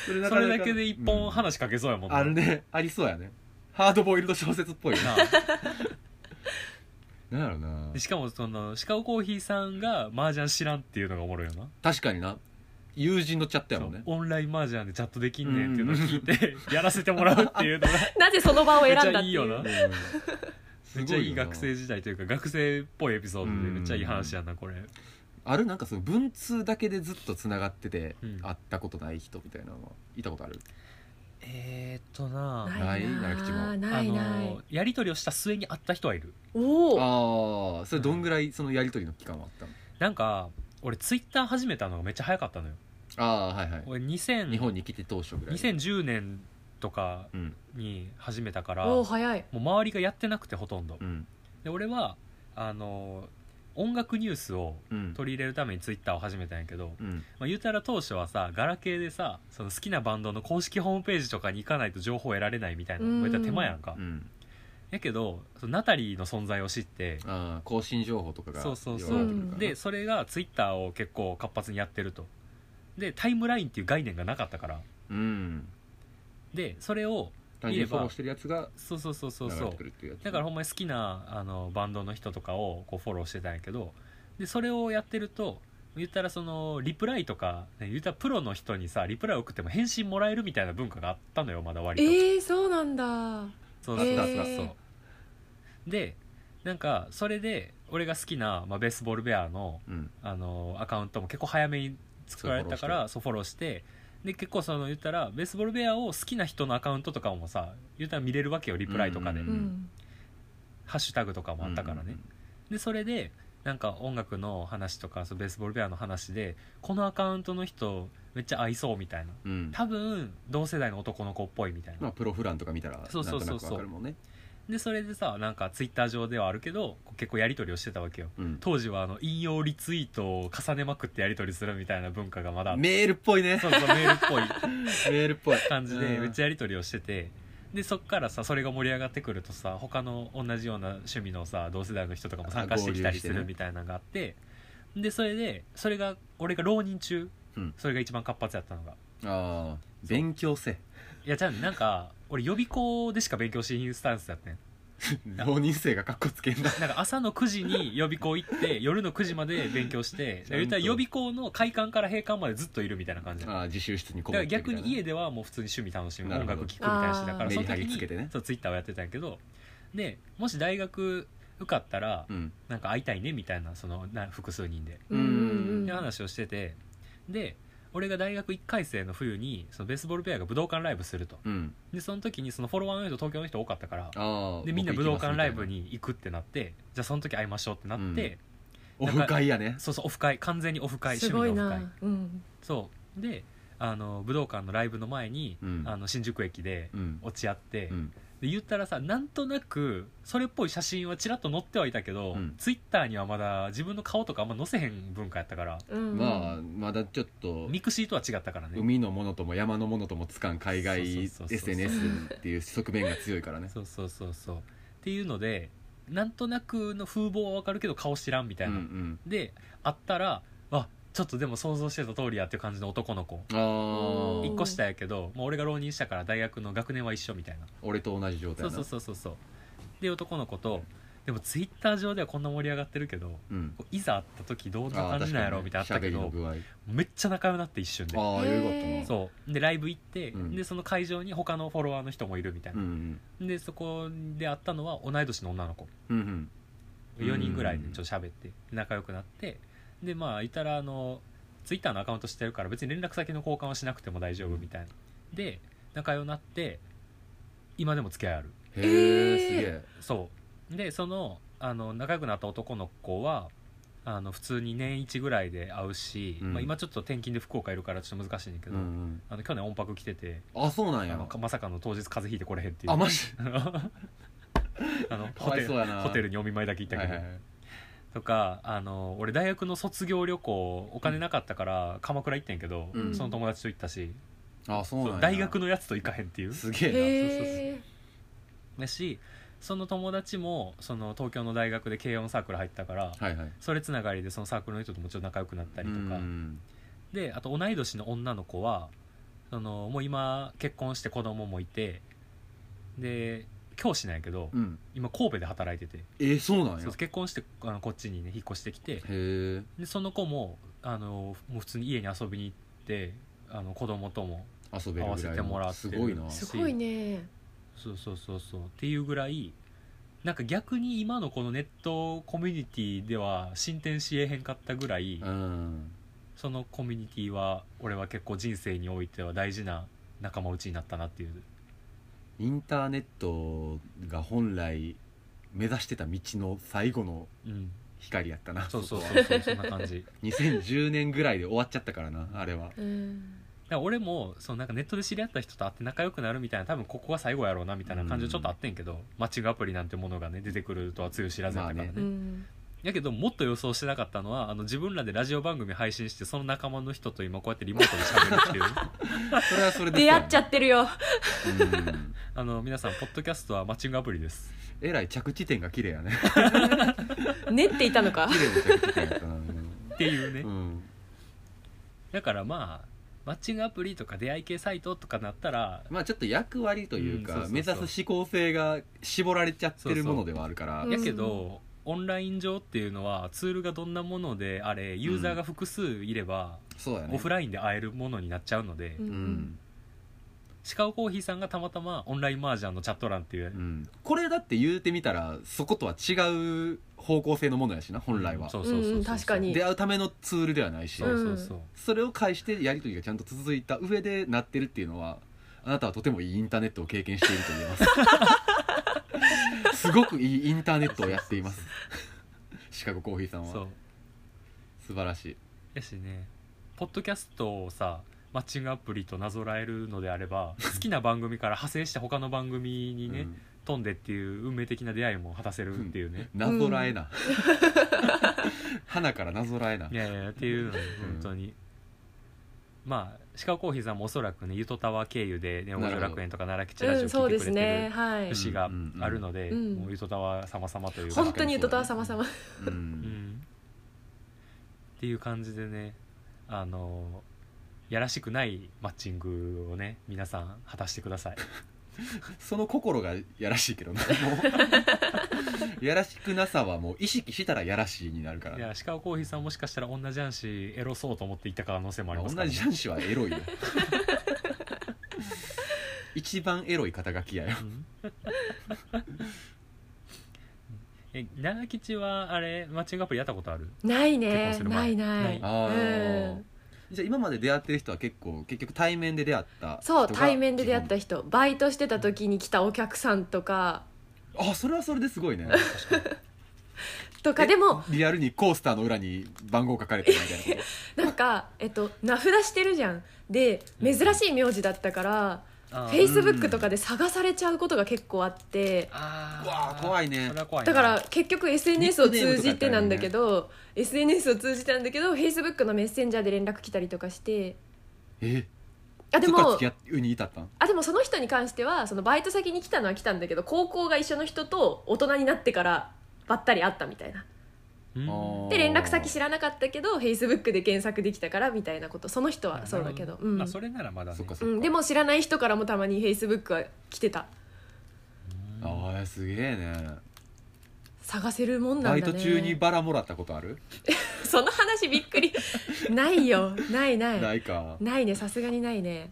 S3: そ
S1: [LAUGHS]
S3: れ
S1: それだけで一本話かけそうやもんな。
S3: あるね [LAUGHS] ありそうやねハードボイルド小説っぽいよ
S1: [LAUGHS] なあ。
S3: なんやろな
S1: でしかもそのシカゴコーヒーさんが麻雀知らんっていうのがおもろいよな。
S3: 確かにな友人のチャットやもんね
S1: そうオンラインマージャンでチャットできんねんっていうのを聞いて、 [LAUGHS] やらせてもらうっていう [LAUGHS] のが
S2: なぜその場を選んだって
S1: めっちゃいい
S2: い
S1: よ
S2: う
S1: [LAUGHS] な
S3: うん
S1: めっちゃいい学生時代というか学生っぽいエピソードでめっちゃいい話やなこれ
S3: あるなんかその文通だけでずっとつながってて
S1: うん
S3: 会ったことない人みたいなのはいたことある
S1: えー、っとなあ
S2: ないな
S3: ないな口も
S2: ないない、
S1: のやり取りをした末に会った人はいる
S2: おお
S3: ああそれどんぐらいそのやり取りの期間はあったの
S1: なんか俺ツイッター始めたのがめっちゃ早かったのよ
S3: ああはいはい
S1: 俺2000
S3: 日本に来て当初ぐらい
S1: 2010年とか
S3: うん
S1: に始めたから
S2: おー
S1: も
S2: 早いう
S1: 周りがやってなくてほとんど
S3: うん
S1: で俺はあの音楽ニュースを
S3: うん
S1: 取り入れるためにツイッターを始めたんやけど、
S3: うん
S1: まあ、言うたら当初はさガラケーでさその好きなバンドの公式ホームページとかに行かないと情報を得られないみたいな
S2: うん
S1: こういったら手間やんか、
S3: うん
S1: やけどそのナタリーの存在を知って
S3: ああ更新情報とかが
S1: そうそうそう
S3: 要は出てくるから
S1: でそれがツイッターを結構活発にやってるとでタイムラインっていう概念がなかったから
S3: うん
S1: でそれを
S3: 単
S1: 見れ
S3: に
S1: ば
S3: フォローしてるやつが
S1: そうそうそうそう
S3: 流
S1: そ
S3: れ
S1: う
S3: てくるっていうやつ
S1: だからほんまに好きなあのバンドの人とかをこうフォローしてたんやけどでそれをやってると言ったらそのリプライとか、ね、言ったらプロの人にさリプライ送っても返信もらえるみたいな文化があったのよまだ割と。
S2: えー、そうなんだ
S1: そうそう
S2: へ
S1: そう
S2: ー
S1: そうでなんかそれで俺が好きな、まあ、ベースボールベアの、
S3: うん
S1: あのアカウントも結構早めに作られたからそうフォローしてで結構その言ったらベースボールベアを好きな人のアカウントとかもさ言ったら見れるわけよリプライとかで、
S3: うん
S2: うん、
S1: ハッシュタグとかもあったからね、
S3: うんうんうん
S1: でそれでなんか音楽の話とかそのベースボールベアの話でこのアカウントの人めっちゃ合いそうみたいな
S3: うん
S1: 多分同世代の男の子っぽいみたいな
S3: まあ、プロフランとか見たらなん
S1: そ
S3: と
S1: うそう
S3: なく
S1: そうそう
S3: わかるもんね
S1: でそれでさなんかツイッター上ではあるけどこう結構やり取りをしてたわけよ
S3: うん
S1: 当時はあの引用リツイートを重ねまくってやり取りするみたいな文化がまだあって
S3: メールっぽいね
S1: そうそうメールっぽい
S3: メールっぽい
S1: 感じで
S3: うん
S1: めっちゃやり取りをしててでそっからさそれが盛り上がってくるとさ他の同じような趣味のさ同世代の人とかも参加してきたりす
S3: 合流し
S1: る
S3: てね
S1: みたいなのがあってでそれでそれが俺が浪人中、
S3: うん
S1: それが一番活発やったのが
S3: ああ勉強せ
S1: いやじゃあなんか俺予備校でしか勉強しひんスタンスだったねん
S3: 浪人生がかっこつけんな
S1: なんか朝の9時に予備校行って夜の9時まで勉強
S3: [LAUGHS]
S1: して
S3: ちゃんと
S1: 言ったら予備校の開館から閉館までずっといるみたいな感じだか
S3: あー自習室にこもっ
S1: ら
S3: てみたい
S1: 逆
S3: な
S1: に家ではもう普通に趣味楽しむ
S3: なる
S1: 音
S3: ほど
S1: 楽聴くみたいなしだから
S2: あー
S1: その時
S3: メリハリ
S1: に
S3: つけてね
S1: そうツイッターをやってたんやけどでもし大学受かったら
S3: うん
S1: なんか会いたいねみたいなそのな複数人で
S2: うんうん
S1: って話をしててで俺が大学1回生の冬にそのベースボールペアが武道館ライブすると
S3: うん
S1: でその時にそのフォロワーの人東京の人多かったから
S3: ああ
S1: でみんな武道館ライブに行くってなってじゃあその時会いましょうってなって、
S3: オフ会やね
S1: そうそうオフ会完全にオフ会
S2: す
S1: 趣味
S2: ごい
S1: のオフ会
S2: な、うん、
S1: そうであの武道館のライブの前に、
S3: うん
S1: あの新宿駅で
S3: うん
S1: 落ち合って、
S3: うん
S1: で言ったらさなんとなくそれっぽい写真はちらっと載ってはいたけど、
S3: うん
S1: ツイッターにはまだ自分の顔とかあんま載せへん文化やったから
S2: うん、
S3: まあまだちょっと
S1: ミクシーとは違ったからね
S3: 海のものとも山のものともつかん海外
S1: そうそうそうそう
S3: SNS っていう側面が強いからね
S1: そうそうそうそうっていうのでなんとなくの風貌はわかるけど顔知らんみたい
S3: うん
S1: な、
S3: うん
S1: で会ったらあちょっとでも想像してた通りやっていう感じの男の子
S3: あ
S2: おー
S3: ー
S1: 1個下やけどもう俺が浪人したから大学の学年は一緒みたいな
S3: 俺と同じ状態
S1: そう
S3: な
S1: そうそうそうそうで男の子とでもツイッター上ではこんな盛り上がってるけど
S3: うん
S1: こういざ会った時どんな
S3: あー
S1: 感じなんやろ
S3: 確
S1: みたいなあった
S3: か
S1: け
S3: にね
S1: ど
S3: 喋りの具合
S1: めっちゃ仲良くなって一瞬で
S3: ああ
S2: へー
S3: よかったな
S1: そうでライブ行って、
S3: うん
S1: でその会場に他のフォロワーの人もいるみたいな
S3: う、ん
S1: でそこで会ったのは同い年の女の子
S3: うんうん
S1: 4人ぐらいでちょっと喋って仲良くなってでまあいたらあのツイッターのアカウントしてるから別に連絡先の交換はしなくても大丈夫みたいなで仲良くなって今でも付き合いある
S3: へ
S2: え
S3: え
S2: ー
S3: すげえ
S1: そうでそのあの仲良くなった男の子はあの普通に年1ぐらいで会うし、
S3: うん
S1: まあ、今ちょっと転勤で福岡いるからちょっと難しいんだけ
S3: うん
S1: ど、
S3: うん
S1: あの去年音泊来てて
S3: あそうなん
S1: あ
S3: や
S1: のかまさかの当日風邪ひいてこれへんっていう
S3: あマジ
S1: [LAUGHS] あ
S3: [LAUGHS]
S1: の
S3: かわいそうやな
S1: ホテルにお見舞いだけ行ったけど、
S3: はいはいはい
S1: とかあの俺大学の卒業旅行お金なかったから鎌倉行ってんけど、
S3: うん
S1: その友達と行ったし、
S3: あそうなん
S1: そ
S3: や
S1: う大学のやつと行かへんっていう
S3: すげえ
S2: へえ
S1: だしその友達もその東京の大学で軽音サークル入ったから、
S3: なはいはい
S1: それつながりでそのサークルの人ともちょっと仲良くなったりとか、
S3: うん
S1: であと同い年の女の子はそのもう今結婚して子供もいてで教師なんやけど、
S3: うん
S1: 今神戸で働いてて
S3: えーそうなんや
S1: そう結婚してあのこっちにね引っ越してきて
S3: へえ
S1: でその子もあのもう普通に家に遊びに行ってあの子供とも
S3: 遊べ
S1: 合
S3: るぐらいの
S1: わせてもらって
S3: すごいな
S2: すごいね
S1: そうそうそうそうっていうぐらいなんか逆に今のこのネットコミュニティでは進展しえへんかったぐらい
S3: うん
S1: そのコミュニティは俺は結構人生においては大事な仲間内になったなっていう
S3: インターネットが本来目指してた道の最後の
S1: うん
S3: 光やったな
S1: そうそう
S3: こ
S1: そ
S3: は
S1: う [LAUGHS] そうそんな感じだか
S3: 2010年ぐらいで終わっちゃったからなあれは
S2: うん
S1: ら俺もそのなんかネットで知り合った人と会って仲良くなるみたいな多分ここが最後やろうなみたいな感じはちょっとあってんけど、マッチングアプリなんてものがね出てくるとはつゆ知らずやったからね,、
S3: ま
S2: う
S3: あ
S2: ん
S1: やけどもっと予想してなかったのはあの自分らでラジオ番組配信してその仲間の人と今こうやってリモートで喋るっていう [LAUGHS]
S3: それはそれで
S2: [LAUGHS] 出会っちゃってるよ
S3: うん
S1: あの皆さんポッドキャストはマッチングアプリです
S3: えらい着地点が綺麗やね
S2: 練っていたのか
S3: 綺麗な着地点やったな
S1: [LAUGHS] っていうね、
S3: うん
S1: だからまあマッチングアプリとか出会い系サイトとかなったら
S3: まあちょっと役割という
S1: うん
S3: か
S1: そうそうそう
S3: 目指す指向性が絞られちゃってるものではあるから
S2: そうそう
S1: やけど、オンライン上っていうのはツールがどんなものであれユーザーが複数いれば、
S3: そうやね
S1: オフラインで会えるものになっちゃうので、
S2: うん
S3: うん
S1: シカゴコーヒーさんがたまたまオンラインマージャンのチャット欄っていう、
S3: うんこれだって言うてみたらそことは違う方向性のものやしな本来は
S1: そう
S2: う
S1: そうそうそう、
S2: んうん確かに
S3: 出会うためのツールではないし、
S1: そうそうそう、
S3: それを介してやり取りがちゃんと続いた上でなってるっていうのはあなたはとてもいいインターネットを経験していると言えます
S1: [LAUGHS]
S3: すごくいいインターネットをやっていますシカゴコーヒーさん
S1: そ
S3: は
S1: う
S3: 素晴らしい
S1: やしねポッドキャストをさマッチングアプリとなぞらえるのであれ
S3: [LAUGHS]
S1: ば好きな番組から派生して他の番組にね、
S3: うん
S1: 飛んでっていう運命的な出会いも果たせるっていうね、
S3: なぞらえ [LAUGHS] な、花からなぞらえない
S1: やいやっていうのに
S3: うん
S1: 本当に、まあシカゴコーヒーさんもおそらくねゆとタワー経由でね
S3: なるほ
S1: 王
S3: ど
S1: 女楽園とか奈良吉
S2: う
S1: ラジオ
S2: んそ
S1: 聞
S2: う
S1: いて
S2: で
S1: く
S2: す
S1: れて
S2: ね
S1: る
S2: はい
S1: 節があるので、
S2: うん
S1: もうゆとタワー様様というか、
S2: 本当にゆとたわ様様
S3: う
S1: うんん、っていう感じでねあのやらしくないマッチングをね皆さん果たしてください
S3: その心がやらしいけどなもうやらしくなさはもう意識したらやらしいになるから
S1: いや鹿尾コーヒーさんもしかしたら女じゃんしエロそうと思って行った可能性もありますか
S3: 同
S1: ら、ね
S3: じ、男子はエロいよ [LAUGHS] 一番エロい肩書きやよ
S1: え長吉はあれマッチングアプリやったことある
S2: ない
S1: 結婚
S2: ね
S1: する
S2: な
S1: 前
S2: いな
S1: ない
S2: い
S3: あー
S2: うん
S3: じゃあ今まで出会ってる人は結構結局対面で出会った人
S2: そ
S3: が
S2: う対面で出会った
S3: 基
S2: 人バイトしてた時に来たお客さんとか
S3: 本あそれはそれですごいね
S1: 確かに
S2: とかでも
S3: えリアルにコースターの裏に番号書かれてるみたいなこ
S2: なんか、えっと、名札してるじゃんで
S1: うん
S2: 珍しい名字だったから
S1: あ
S2: フェ
S1: ー
S2: イスブックとかで探されちゃうことが結構あって
S1: [LAUGHS] あ
S3: うわー怖いね
S1: それは怖いな
S2: だから結局 SNS を通じてなんだけ
S3: ニックネームとか
S2: ど SNS を通じてなんだけどフェイスブックのメッセンジャーで連絡来たりとかして
S3: とえ
S2: あで
S3: そっから
S2: も
S3: 付き合うに至ったん
S2: あでもその人に関してはそのバイト先に来たのは来たんだけど高校が一緒の人と大人になってからばったり会ったみたいな
S1: うん
S3: あー
S2: で連絡先知らなかったけどフェイスブックで検索できたからみたいなことその人はそうだけど、
S1: なるほ
S2: うん
S1: まあそれならまだね
S3: そっかそっ
S2: う
S3: か、
S2: ん、でも知らない人からもたまにフェイスブックは来てた
S1: うん
S3: ああすげえね
S2: 探せるもんなんだ
S3: バ
S2: ね
S3: イト中にバラもらったことある、
S2: その話びっくり [LAUGHS] ないよないない
S3: ないか
S2: ないねさすがにないね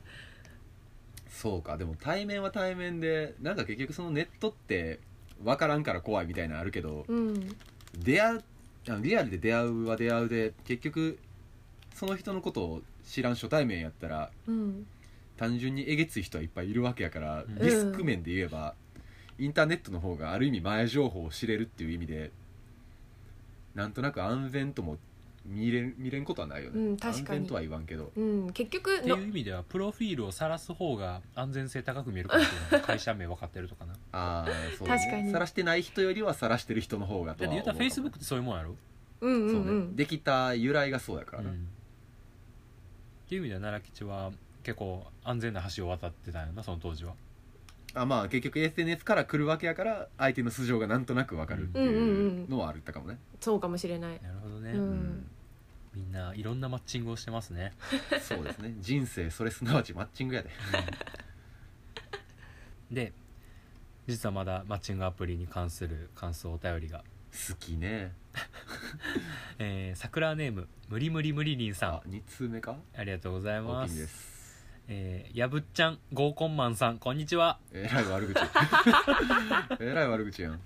S3: そうかでも対面は対面でなんか結局そのネットって分からんから怖いみたいなのあるけど
S2: うん
S3: 出会うあリアルで出会うは出会うで結局その人のことを知らん初対面やったら
S2: うん
S3: 単純にえげつい人はいっぱいいるわけやから、
S1: うん
S3: リスク面で言えばインターネットの方がある意味前情報を知れるっていう意味でなんとなく安全とも見れ見れんことはないよね、
S2: うん確かに
S3: 安全とは言わんけど
S2: うん結局
S1: って
S2: の
S1: いう意味ではプロフィールを晒す方が安全性高く見えるかもしれ
S3: [LAUGHS]
S1: ない会社名分かってるとかなだ
S3: ああそうね
S2: 確かに
S3: 晒してない人よりは晒してる人の方が
S1: っ
S3: と
S1: て言
S3: は
S1: う
S3: 思う
S1: たらフ
S3: か
S1: ェ
S3: も
S1: イスブックってそういうもんやろ、
S2: うんう
S3: そうんね、
S2: うん
S3: できた由来がそうやか
S1: う
S3: らな、
S1: んっていう意味では奈良吉は結構安全な橋を渡ってたんやなその当時は
S3: あまあ結局 SNS から来るわけやから相手の素性がなんとなくわかるっていうのはあるったかもね、
S2: そうかもしれない
S1: なるほどね、
S2: うん
S1: みんないろんなマッチングをしてますね
S3: うんそうですね人生それすなわちマッチングやで
S1: で実はまだマッチングアプリに関する感想お便りが、
S3: 好きね
S1: えー、桜ネーム無理無理無理りんさん
S3: あ二2通目か
S1: ありがとうござい
S3: 大
S1: ま
S3: きい
S1: す
S3: です
S1: えーやぶっちゃん合コンマンさんこんにちは
S3: えらい悪口えらい悪口やん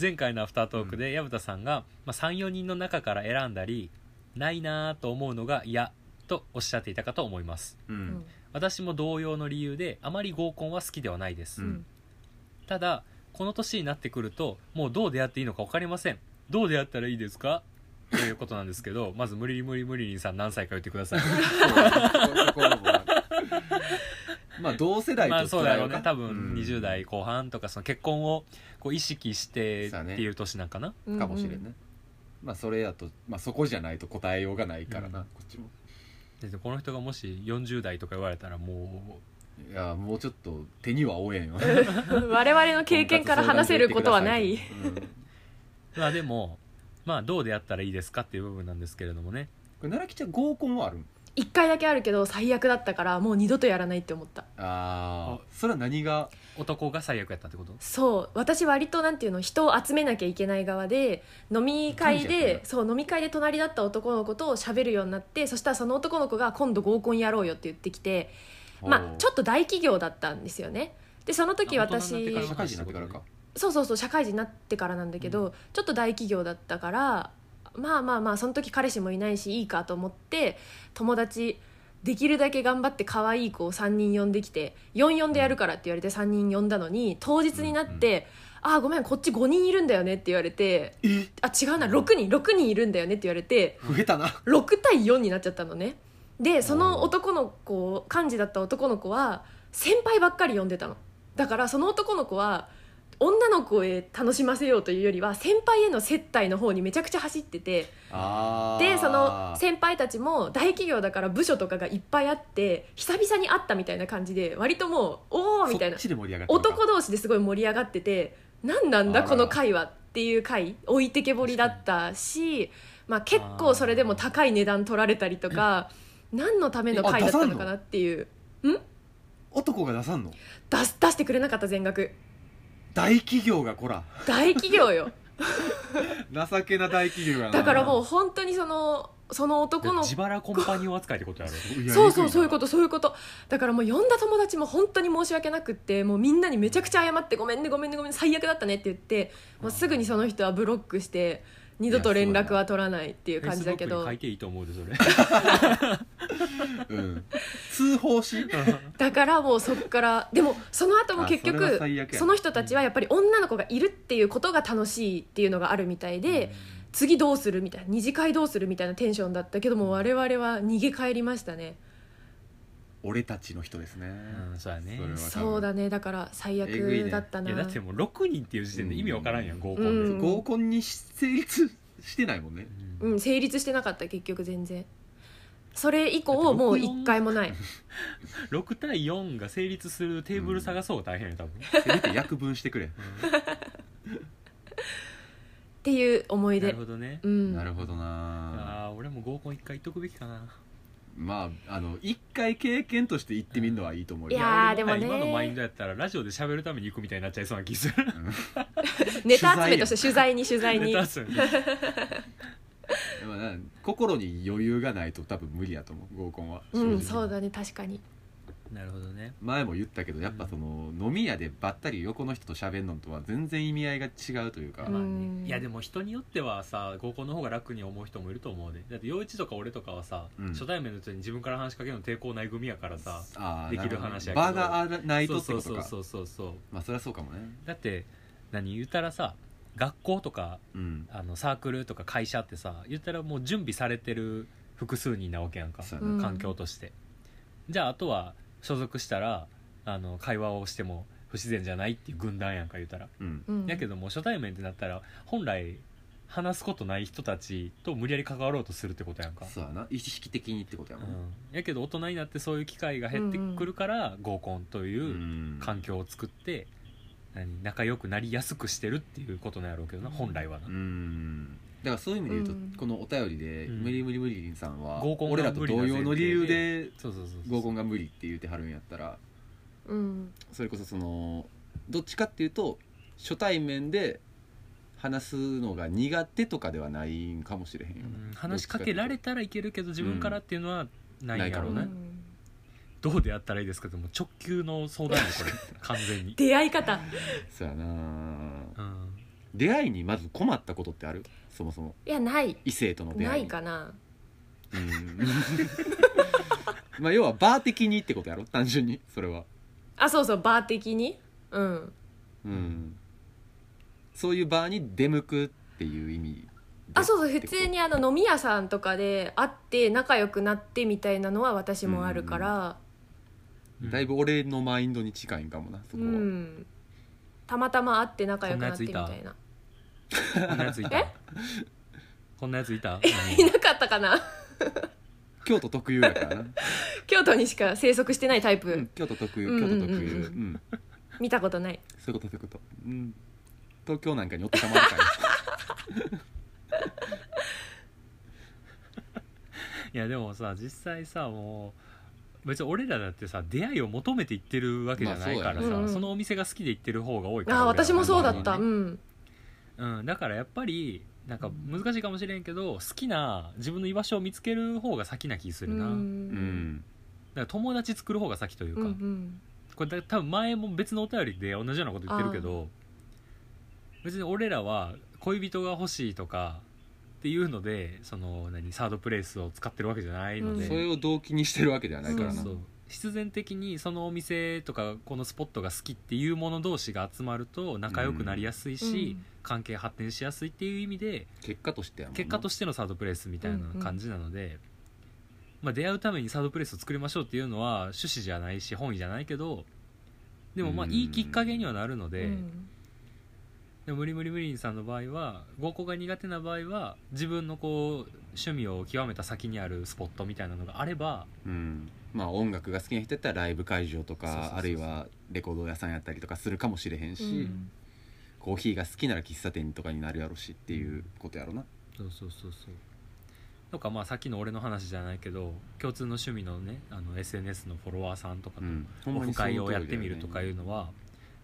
S1: 前回のアフタートークで薮田さんが、まあ、34人の中から選んだりないなぁと思うのが嫌とおっしゃっていたかと思います
S3: うん、
S2: うん
S1: 私も同様の理由であまり合コンは好きではないです、
S3: う
S2: うんん
S1: ただこの年になってくるともうどう出会っていいのか分かりませんどう出会ったらいいですかということなんですけど [LAUGHS] まず無理に無理無理にさん何歳か言ってくださ
S3: [LAUGHS]
S1: い
S3: そうそこもまあ同世代と
S1: まあそうだろうね多
S3: うん
S1: 分20代後半とかその結婚をこう意識してっ
S3: そうだね
S1: ていう年なんかな、
S2: うん
S3: かもしれんね、まあそれやと、まあ、そこじゃないと答えようがないからな、
S1: うん
S3: こっちも
S1: でこの人がもし40代とか言われたらも
S3: いやもうちょっと手には負えんよ
S2: [LAUGHS] 我々の経験から話せることはない
S3: うんこ
S1: うまあでもまあどう出会ったらいいですかっていう部分なんですけれどもね
S3: れ奈良吉は合コンはあるん
S2: 一回だけあるけど最悪だったからもう二度とやらないって思った
S3: ああそれは何が
S1: 男が最悪やったってこと
S2: そう私割となんていうの人を集めなきゃいけない側で飲み会
S3: 神社やっ
S2: で
S3: た
S2: そう飲み会で隣だった男の子と喋るようになってそしたらその男の子が今度合コンやろうよって言ってきてまあちょ
S3: っ
S2: っと大企業だったんですよねでその時
S1: あ大人に
S2: 私
S1: なって
S3: 社会人になってからか
S2: そうそうそう社会人になってからなんだけど、
S1: う
S2: ちょっと大企業だったからまあまあまあその時彼氏もいないしいいかと思って友達できるだけ頑張って可愛い子を3人呼んできて44でやるからって言われて3人呼んだのに当日になって「ああごめんこっち5人いるんだよね」って言われて
S3: え
S2: 「あ違うな6人6人いるんだよね」って言われて
S3: 増えたな
S2: 6対4になっちゃったのねでその男の子幹事だった男の子は先輩ばっかり呼んでたのだからその男の子は女の子へ楽しませようというよりは先輩への接待の方にめちゃくちゃ走ってて
S3: あー
S2: でその先輩たちも大企業だから部署とかがいっぱいあって久々に会ったみたいな感じで割ともう「おお!」みたい
S3: そ
S2: な
S3: っちで盛り上がったのか
S2: 男同士ですごい盛り上がってて何なん
S3: あ
S2: だ
S3: ら
S2: この会はっていう会置いてけぼりだったし、まあ、結構それでも高い値段取られたりとか何のための会だったのかなっていう
S3: 男が出さんの
S2: 出す出してくれなかった全額
S3: 大企業がこら
S2: 大企業
S3: [LAUGHS]
S2: よ
S3: 情けな大企業が
S2: だからもう本当にそのその男の
S1: 自腹コンパニオン扱いってことやろ
S3: う
S2: そうそうそういうこととそういうことだからもう呼んだ友達も本当に申し訳なくってもうみんなにめちゃくちゃ謝ってごめんねごめんねごめんね最悪だったねって言ってもうすぐにその人はブロックして二度と連絡は取らないっていう感じだけ
S1: Facebook
S2: ど
S1: に書いていいと思うでそれ
S3: うん、通報し
S2: だからもうそっからでもその後も結
S3: あそれは
S2: 局
S3: 最悪や
S2: その人たちはやっぱり女の子がいるっていうことが楽しいっていうのがあるみたい [LAUGHS] で、次どうするみたいな二次会どうするみたいなテンションだったけども我々は逃げ帰りましたね
S3: 俺たちの人ですね、
S1: うんそうやね
S3: れは多分
S2: そうだねだから最
S3: えぐい
S2: 悪
S3: ね
S2: だった
S1: い
S2: な、
S1: やだってもう6人っていう時点で意味わからんやん合コンで、
S2: うん
S3: 合コンに成立してないもんね
S2: うん成立してなかった結局全然それ以降もう一回もない
S1: 6対4が成立するテーブル探そうが大変や多分、
S3: せめて約分してくれ
S2: っていう思い
S1: な
S2: 出
S1: るほどね
S2: うん
S3: なるほどな
S1: ああ俺も合コン1回行っとくべきかな
S3: まああの一回経験として行ってみるのはいいと思うよ
S2: いや
S1: 俺
S2: ー
S1: も
S2: でもね
S1: 今のマインドやったらラジオで喋るために行くみたいになっちゃいそうな気する
S2: ネタ集めとして取材に取材に
S1: 下手すんね
S2: [LAUGHS]
S3: でもな心に余裕がないと多分無理やと思う合コンは
S2: う
S3: 正直
S2: んそうだね確かに
S1: なるほどね
S3: 前も言ったけどやっぱその飲み屋でばったり横の人と喋んのとは全然意味合いが違うというか、
S2: うん
S1: まあね、いやでも人によってはさ合コンの方が楽に思う人もいると思うでだって陽一とか俺とかはさ、
S3: うん
S1: 初対面の人に自分から話しかけるの抵抗ない組やからさ
S3: あー
S1: できる話やけど
S3: なるほどね場がないとって
S1: そ
S3: こ
S1: う
S3: とか
S1: そうそうそうそう
S3: まあそりゃそうかもね
S1: だって何言ったらさ学校とか
S3: うん
S1: あのサークルとか会社ってさ言ったらもう準備されてる複数人なわけやんか、
S3: そうや
S2: う
S3: なん
S1: 環境としてじゃああとは所属したらあの会話をしても不自然じゃないっていう軍団やんか言うたら、
S3: うん
S2: うん
S1: やけども初対面ってなったら本来話すことない人たちと無理やり関わろうとするってことやんか
S3: そうやな意識的にってことやもん、
S1: うん、やけど大人になってそういう機会が減ってくるから、合コンという、
S3: うん
S1: 環境を作って何仲良くなりやすくしてるっていうことなんやろうけどな本来はな、
S3: うんだからそういう意味で言うと、
S2: うん
S3: このお便りで、
S1: うん
S3: 無理無理無理さんは
S1: 合コンが
S3: 俺らと同様の理由で
S1: そうそうそうそう
S3: 合コンが無理って言ってはるんやったら
S2: うん
S3: それこそそのどっちかっていうと初対面で話すのが苦手とかではないんかもしれへんよな、
S1: うん話しかけられたらいけるけど自分からっていうのはないんやろう
S3: な
S1: ね、
S3: いかろ
S2: うん
S1: どうであったらいいですかでも直球の相談でこれ完全
S2: [LAUGHS]
S1: に、
S2: 出会い方
S3: そうやな
S1: うん、
S3: 出会いにまず困ったことってあるそもそも
S2: いやない
S3: 異性との出
S2: な
S3: 会い
S2: い
S3: に
S2: かな
S3: うん [LAUGHS] まあ要はバー的にってことやろ単純にそれは
S2: あそうそうバー的にうん
S3: うんそういうバーに出向くっていう意味
S2: あそうそう普通にあの飲み屋さんとかで会って仲良くなってみたいなのは私もあるから
S1: うん
S3: だいぶ俺のマインドに近いんかもなそこ
S2: う
S3: は、
S2: ん、たまたま会って仲良くなってみ
S1: そ
S2: た
S1: んなや
S2: いな
S1: こんなやついた
S2: え
S1: こんなやつい
S2: [LAUGHS]
S1: た
S2: いなかったかな
S3: 京都特有やからな、
S2: 京都にしか生息してないタイプ、
S3: うん、京都特有
S2: うん
S3: 京都特有、
S2: うんうんうん
S3: うん
S2: 見たことない
S3: そういうことそういうこと、うん、東京なんかにおってたまるから
S1: いやでもさ実際さもう別に俺らだってさ出会いを求めて行ってるわけじゃないからさ、
S3: ま
S2: そ
S3: あ
S2: うやね
S1: そのお店が好きで行ってる方が多いから
S2: あー
S1: 俺らは
S2: 私もそうだっ
S3: ま
S2: た
S3: あ
S2: う
S3: ま
S2: ん
S1: うん、だからやっぱりなんか難しいかもしれんけど好きな自分の居場所を見つける方が先な気す
S2: [LAUGHS] う
S1: るな、だ
S3: うんん
S1: から友達作る方が先という
S2: う
S1: か、
S2: ん
S1: これだ多分前も別のお便りで同じようなこと言ってるけど別に俺らは恋人が欲しいとかっていうのでその何サードプレイスを使ってるわけじゃないの
S2: う
S1: で、
S2: ん
S3: それを動機にしてるわけではない
S1: そ
S3: か
S1: う
S3: らな
S1: そう必然的にそのお店とかこのスポットが好きっていう者同士が集まると仲良くなりやすいし、関係発展しやすいっていう意味で
S3: 結果としてやもんな
S1: 結果としてのサードプレイスみたいな感じなので、まあ、出会うためにサードプレイスを作りましょうっていうのは趣旨じゃないし本意じゃないけどでもまあ
S3: うん
S1: いいきっかけにはなるの
S2: うん
S1: で,、でも無理無理無理にさんの場合は合コンが苦手な場合は自分のこう趣味を極めた先にあるスポットみたいなのがあれば
S3: うんまあ音楽が好きな人やったらライブ会場とか
S1: そうそうそうそう
S3: あるいはレコード屋さんやったりとかするかもしれへんし、
S2: うん
S3: コーヒーが好きなら喫茶店とかになるやろしっていうことやろな
S1: そうそうそうそうとかまあさっきの俺の話じゃないけど共通の趣味のねあの SNS のフォロワーさんとか
S3: う
S1: の
S3: ん、ほん
S1: オ
S3: ま
S1: フ
S3: にその
S1: 会
S3: 通りだよ
S1: を
S3: ね
S1: やってみるとかいうのは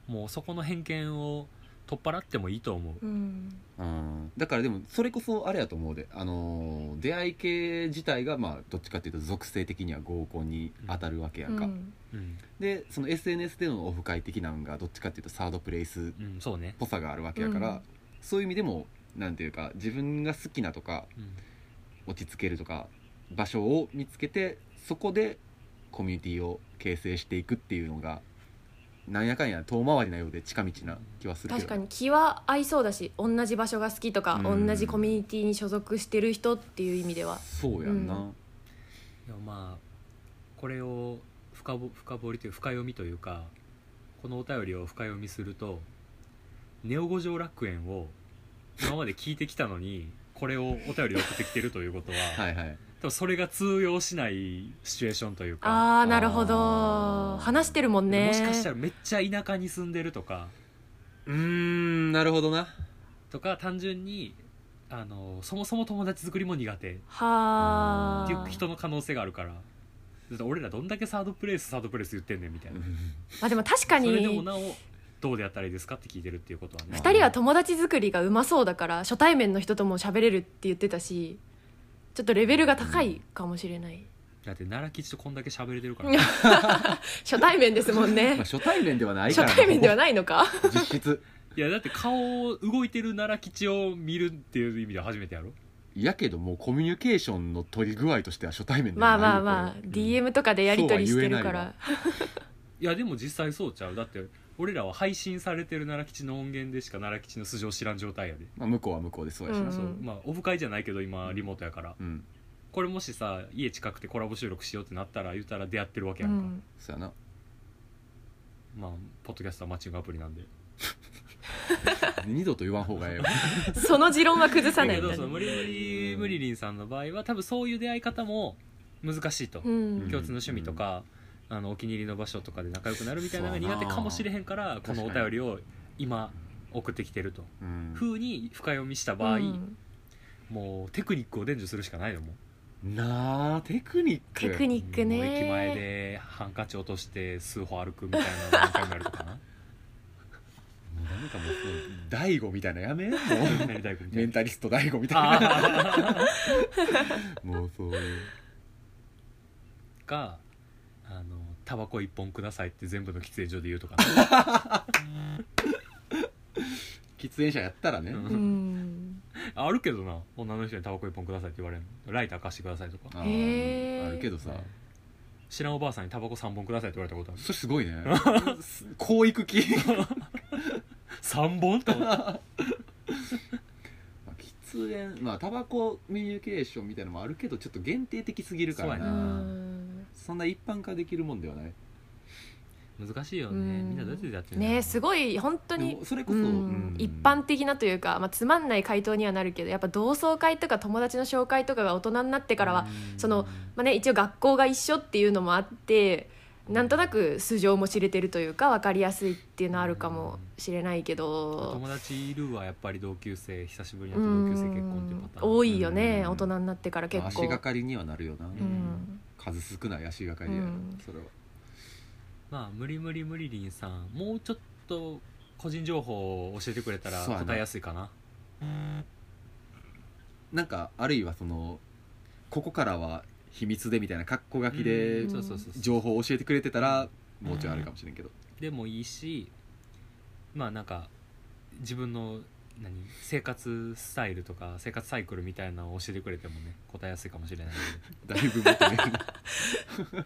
S1: もうそこの偏見を取っ払ってもいいと思う
S2: うん
S3: うんだからでもそれこそあれやと思うで、あのー出会い系自体がまあどっちかっていうと属性的には合コンに当たるわけやんか、
S2: うん
S1: うん、
S3: でその SNS でのオフ会的なのがどっちかっていうとサードプレイスっ
S1: うん、そうね、
S3: ぽさがあるわけやから、
S2: うん
S3: そういう意味でもなんていうか自分が好きなとか
S1: うん
S3: 落ち着けるとか場所を見つけてそこでコミュニティを形成していくっていうのがなんやかんや遠回りなようで近道な気はするけど
S2: 確かに気は合いそうだし同じ場所が好きとか、
S3: うん
S2: 同じコミュニティに所属してる人っていう意味では
S3: そうやんな、
S2: うん
S1: でもまあこれを深ぼ深掘りという深読みというかこのお便りを深読みすると「ネオ五条楽園」を今まで聞いてきたのにこれをお便りを送ってきてるということは、
S3: はいはい
S1: 多分それが通用しないシチュエーションというか、
S2: あーなるほ
S3: あ
S2: ど
S3: ー
S2: 話してるもんね
S1: もしかしたらめっちゃ田舎に住んでるとか
S3: うーんなるほどな
S1: とか単純にあのそもそも友達作りも苦手
S2: はあ
S1: っていう人の可能性があるからだって俺らどんだけサードプレイスサードプレイス言ってんねんみたいな。
S2: まあでも確か
S1: それでも
S2: に
S1: なおどうであったらいいですかって聞いてるっていうことはね
S3: まあ
S2: 2人は友達作りがうまそうだから初対面の人とも喋れるって言ってたしちょっとレベルが高いかもしれない、
S1: だって奈良吉とこんだけ喋れてるからね
S2: 初対面ですもん
S3: まあ、
S2: ね
S3: 初対面ではないか
S2: [LAUGHS] 初
S3: ら
S2: 対面ではないのか
S3: ここ実質
S1: いやだって顔を動いてる奈良吉を見るっていう意味では初めてやろ
S3: やけどもうコミュニケーションの取り具合としては初対面で
S2: ま
S3: は
S2: あ
S3: ない
S2: まあまあ
S3: こ
S2: DM とかでやり取りしてる
S3: そう
S2: か
S3: は言えない
S2: ら
S3: わ
S1: いやでも実際そうちゃうだって俺らは配信されてる奈良吉の音源でしか奈良吉の素性を知らん状態やで、
S3: れまあ、向こうは向こうでそうやしな、
S2: うん
S1: そうまあオフ会じゃないけど今リモートやから
S3: うん、
S1: これもしさ家近くてコラボ収録しようってなったら言ったら出会ってるわけ
S2: う
S1: やんか、
S2: ん
S3: そうやな
S1: まあポッドキャストはマッチングアプリなんで
S3: 二度と言わん方がええよ
S2: その持論は崩さ
S1: だ
S2: な
S1: け
S2: いんだ
S1: ど
S2: ね
S1: [LAUGHS] その無理無理無理りんさんの場合は多分そういう出会い方も難しいと、
S2: うん
S1: 共通の趣味とか、あのお気に入りの場所とかで仲良くなるみたいなのが
S3: そうや
S1: 苦
S3: な
S1: 手かもしれへんからこ
S3: 確か
S1: の
S3: に
S1: お便りを今送ってきてると
S3: うん
S1: ふうに深読みした場合、
S2: うん
S1: もうテクニックを伝授するしかないのも
S3: なあテクニック
S2: テクニックね
S1: もう駅前でハンカチ落として数歩歩くみたいなのがになるとか
S2: [LAUGHS]
S1: な
S3: もうなんかもう大悟みたいなやめもう
S1: 何大工みた
S3: メ
S1: い
S3: ン
S1: な
S3: タリスト大悟みたいな
S1: あ
S3: もうそういう
S1: ーかあのタバコ一本くださいって全部の喫煙所で言う [LAUGHS] とか
S3: 喫煙者やったらね、
S1: うん
S2: うん
S1: なあるけどな女の人にタバコ一本くださいって言われるのライター貸してくださいとか
S3: あー
S2: へー
S3: あるけどさ
S1: 知らんおばあさんにタバコ3本くださいって言われたことある [LAUGHS]
S3: それすごいねこういく気
S1: 3本と思って
S3: まあ喫煙まあタバコミュニケーションみたいなのもあるけどちょっと限定的すぎるから
S1: そう
S3: なそ
S1: やなん
S3: な一般化できるもんではない
S1: [LAUGHS] 難しいよ
S2: う
S1: ね
S2: ん
S1: みんなどうやってやってるんだろう
S2: ねすごい本当
S3: で
S2: に
S3: もそれこそ、
S2: うん
S3: うん
S2: 一般的なというか、まあ、つまんない回答にはなるけどやっぱ同窓会とか友達の紹介とかが大人になってからは、
S1: うん
S2: そのまあね、一応学校が一緒っていうのもあってなんとなく素性も知れてるというか分かりやすいっていうのはあるかもしれないけど、
S1: 友達いるわやっぱり同級生久しぶりに
S2: う
S1: 会った同級生
S2: ん
S1: 結婚っていうパターン
S2: 多いよね、
S3: うん
S2: 大人になってから結
S3: まあ
S2: 構。
S3: 足がかりにはなるよな、
S1: う
S2: うんん
S3: 数少ない足がかりやな、
S2: うん
S3: それは
S1: まあ無理無理無理りんさんもうちょっと個人情報を教えてくれたら
S3: そうやな
S1: 答えやすいかな
S3: なんかあるいはそのここからは秘密でみたいな格好書きで
S1: うんそうそうそう
S3: 情報を教えてくれてたらもうちょいあるかもしれんけど、
S1: でもいいしまあなんか自分の何生活スタイルとか生活サイクルみたいなのを教えてくれてもね答えやすいかもしれない [LAUGHS] ので
S3: だいぶ求める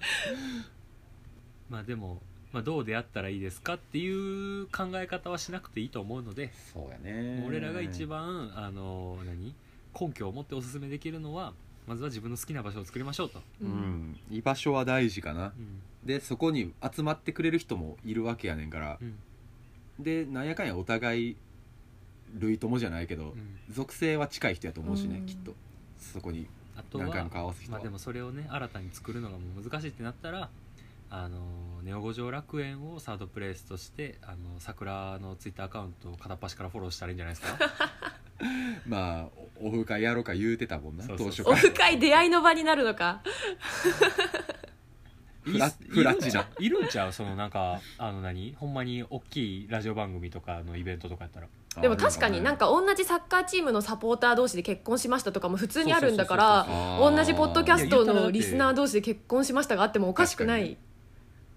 S1: まあでも、まあ、どう出会ったらいいですかっていう考え方はしなくていいと思うので
S3: そうやね
S1: 俺らが一番あの何根拠を持っておすすめできるのはまずは自分の好きな場所を作りましょうと、
S3: うん、居場所は大事かな
S1: うん
S3: でそこに集まってくれる人もいるわけやねんから
S1: う、ん
S3: でなんやかんやお互い類友じゃないけど、
S1: うん、
S3: 属性は近い人やと思うしね、
S2: うん
S3: きっとそこに
S1: あとは
S3: 何回も顔合わせる人
S1: ま
S3: は、
S1: あ、でもそれをね新たに作るのがもう難しいってなったらあのネオ五条楽園をサードプレイスとしてあの桜のツイッターアカウントを片っ端からフォローしたらいいんじゃないですか
S3: まあおオフ会やろうか言うてたもんな
S1: そう
S3: 当
S1: そう
S3: 初
S2: オ
S3: から
S2: フ会出会いの場になるのか
S1: い
S3: フラフラッ
S1: いるん
S3: チ
S1: ちゃ
S3: な
S1: ういるんちゃうそのなんかあの何ほんまに大きいラジオ番組とかのイベントとかやったら
S2: でも確かになんか
S3: か
S2: 同じサッカーチームのサポーター同士で結婚しましたとかも普通にあるんだか
S1: そうそうそうそう
S2: ら
S1: そう
S2: 同じポッドキャスト
S3: いや言うたらだっ
S2: の
S3: て
S2: リスナー同士で結婚しましたがあってもおかしくない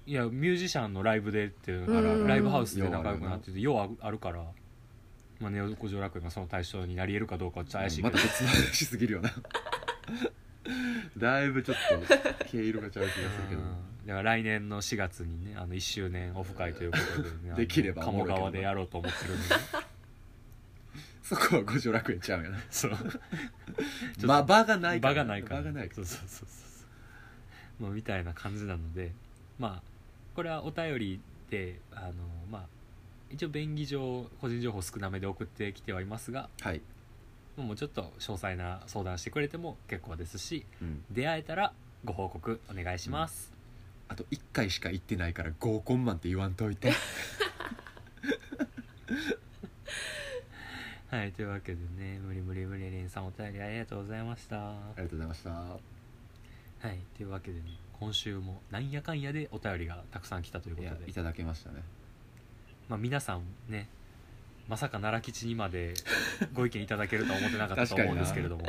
S1: いやミュージシャンのライブでっていうのか
S2: うんうんう
S1: ら
S2: ん
S1: ライブハウスで仲良くなっててようあるあるから、まあ、ネオ五条楽園がその対象になり得るかどうかはちょっと怪しいけ
S3: ま
S1: ど、
S3: た別の話すぎるよなだいぶちょっと毛色がちゃう気がするけど
S1: うんだから来年の4月にねあの1周年オフ会ということで、ねあの、
S3: [LAUGHS] できればお
S1: 鴨
S3: もろいけどな
S1: 川でやろうと思って
S3: [LAUGHS]
S1: るんで、
S3: そこは五条楽園ちゃうよな
S1: そうと
S3: まあ場がない
S1: 場がないから
S3: 場がないか
S1: そうそうそうそう、まあ、みたいな感じなのでまあこれはお便りであのまあ一応便宜上個人情報少なめで送ってきてはいますが
S3: らはい、
S1: もうちょっと詳細な相談してくれても結構ですし
S3: うん、
S1: 出会えたらご報告お願いします、
S3: あと1回しか行ってないから合コンマンって言わんといて
S1: はいというわけでね無理無理無理レンさんお便りありがとうございましたは
S3: ありがとうございました
S1: いというわけでね今週もなんやかんやでお便りがたくさん来たというこ
S3: い
S1: と
S3: や
S1: で
S3: いただけましたね
S1: まあ、皆さんねまさか奈良吉にまでご意見いただけるとは思ってなかったと
S3: 確かにな
S1: 思うんですけれども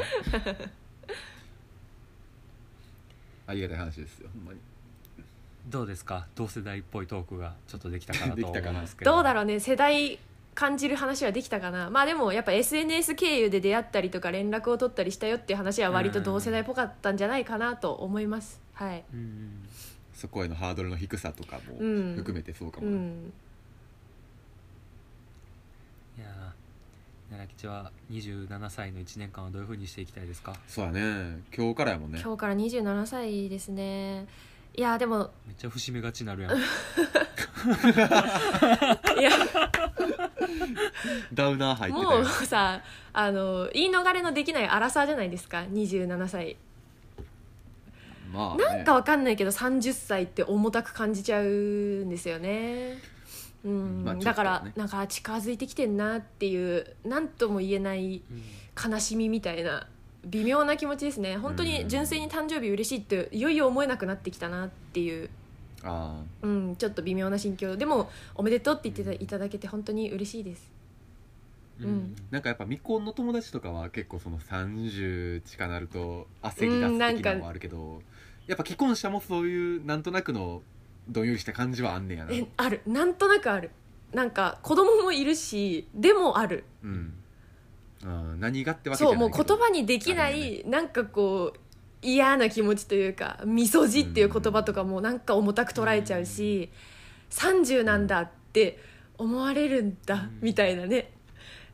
S3: ありがたい話ですよほんまに
S1: どうですか同世代っぽいトークがちょっとできたかなと
S3: でき
S1: 思
S3: たかな
S1: うんですけど
S2: どうだろうね世代感じる話はできたかなまあでもやっぱ SNS 経由で出会ったりとか連絡を取ったりしたよっていう話は割と同世代っぽかったんじゃないかなと思いますはい、
S1: うんうん
S3: そこへのハードルの低さとかも
S2: うん
S3: 含めてそうか
S2: う
S3: もね、
S2: ん、
S1: いやー奈良吉は27歳の1年間はどういうふうにしていきたいですか
S3: そうやね今日からやもんね
S2: 今日から27歳ですねいやで
S3: [LAUGHS]
S2: も
S1: めっちゃ節目がちになるやん
S2: いや
S3: ダウナー入ってた
S2: も
S3: よ
S2: うさあの言い逃れのできない荒さじゃないですか27歳
S3: まあ、ね、
S2: なんかわかんないけど30歳って重たく感じちゃうんですよね。うん
S3: まあちょっとね
S2: だからなんか近づいてきてんなっていう何とも言えない
S1: うん
S2: 悲しみみたいな微妙な気持ちですね本当に純粋に誕生日嬉しいっていよいよ思えなくなってきたなっていう、
S3: あ
S2: うん、ちょっと微妙な心境でもおめでとうって言っていただけて本当に嬉しいです。
S1: うん
S2: うん
S3: ーなんかやっぱ未婚の友達とかは結構その30近なると焦
S2: うん
S3: り
S2: な
S3: 出
S2: ん
S3: す
S2: か
S3: 的なのもあるけどやっぱ既婚者もそういうなんとなくのどんよりした感じはあんねやな
S2: えあるなんとなくあるなんか子供もいるしでもある
S3: うんあー何がってわけじゃ
S2: そう
S3: ない
S2: もう
S3: けど
S2: 言葉にできな
S3: ある
S2: い、なんかこう嫌な気持ちというか「みそじ」っていう言葉とかもなんか重たく捉えちゃうし「30なんだ」って思われるん
S1: う
S2: だ
S1: ん
S2: みたいなね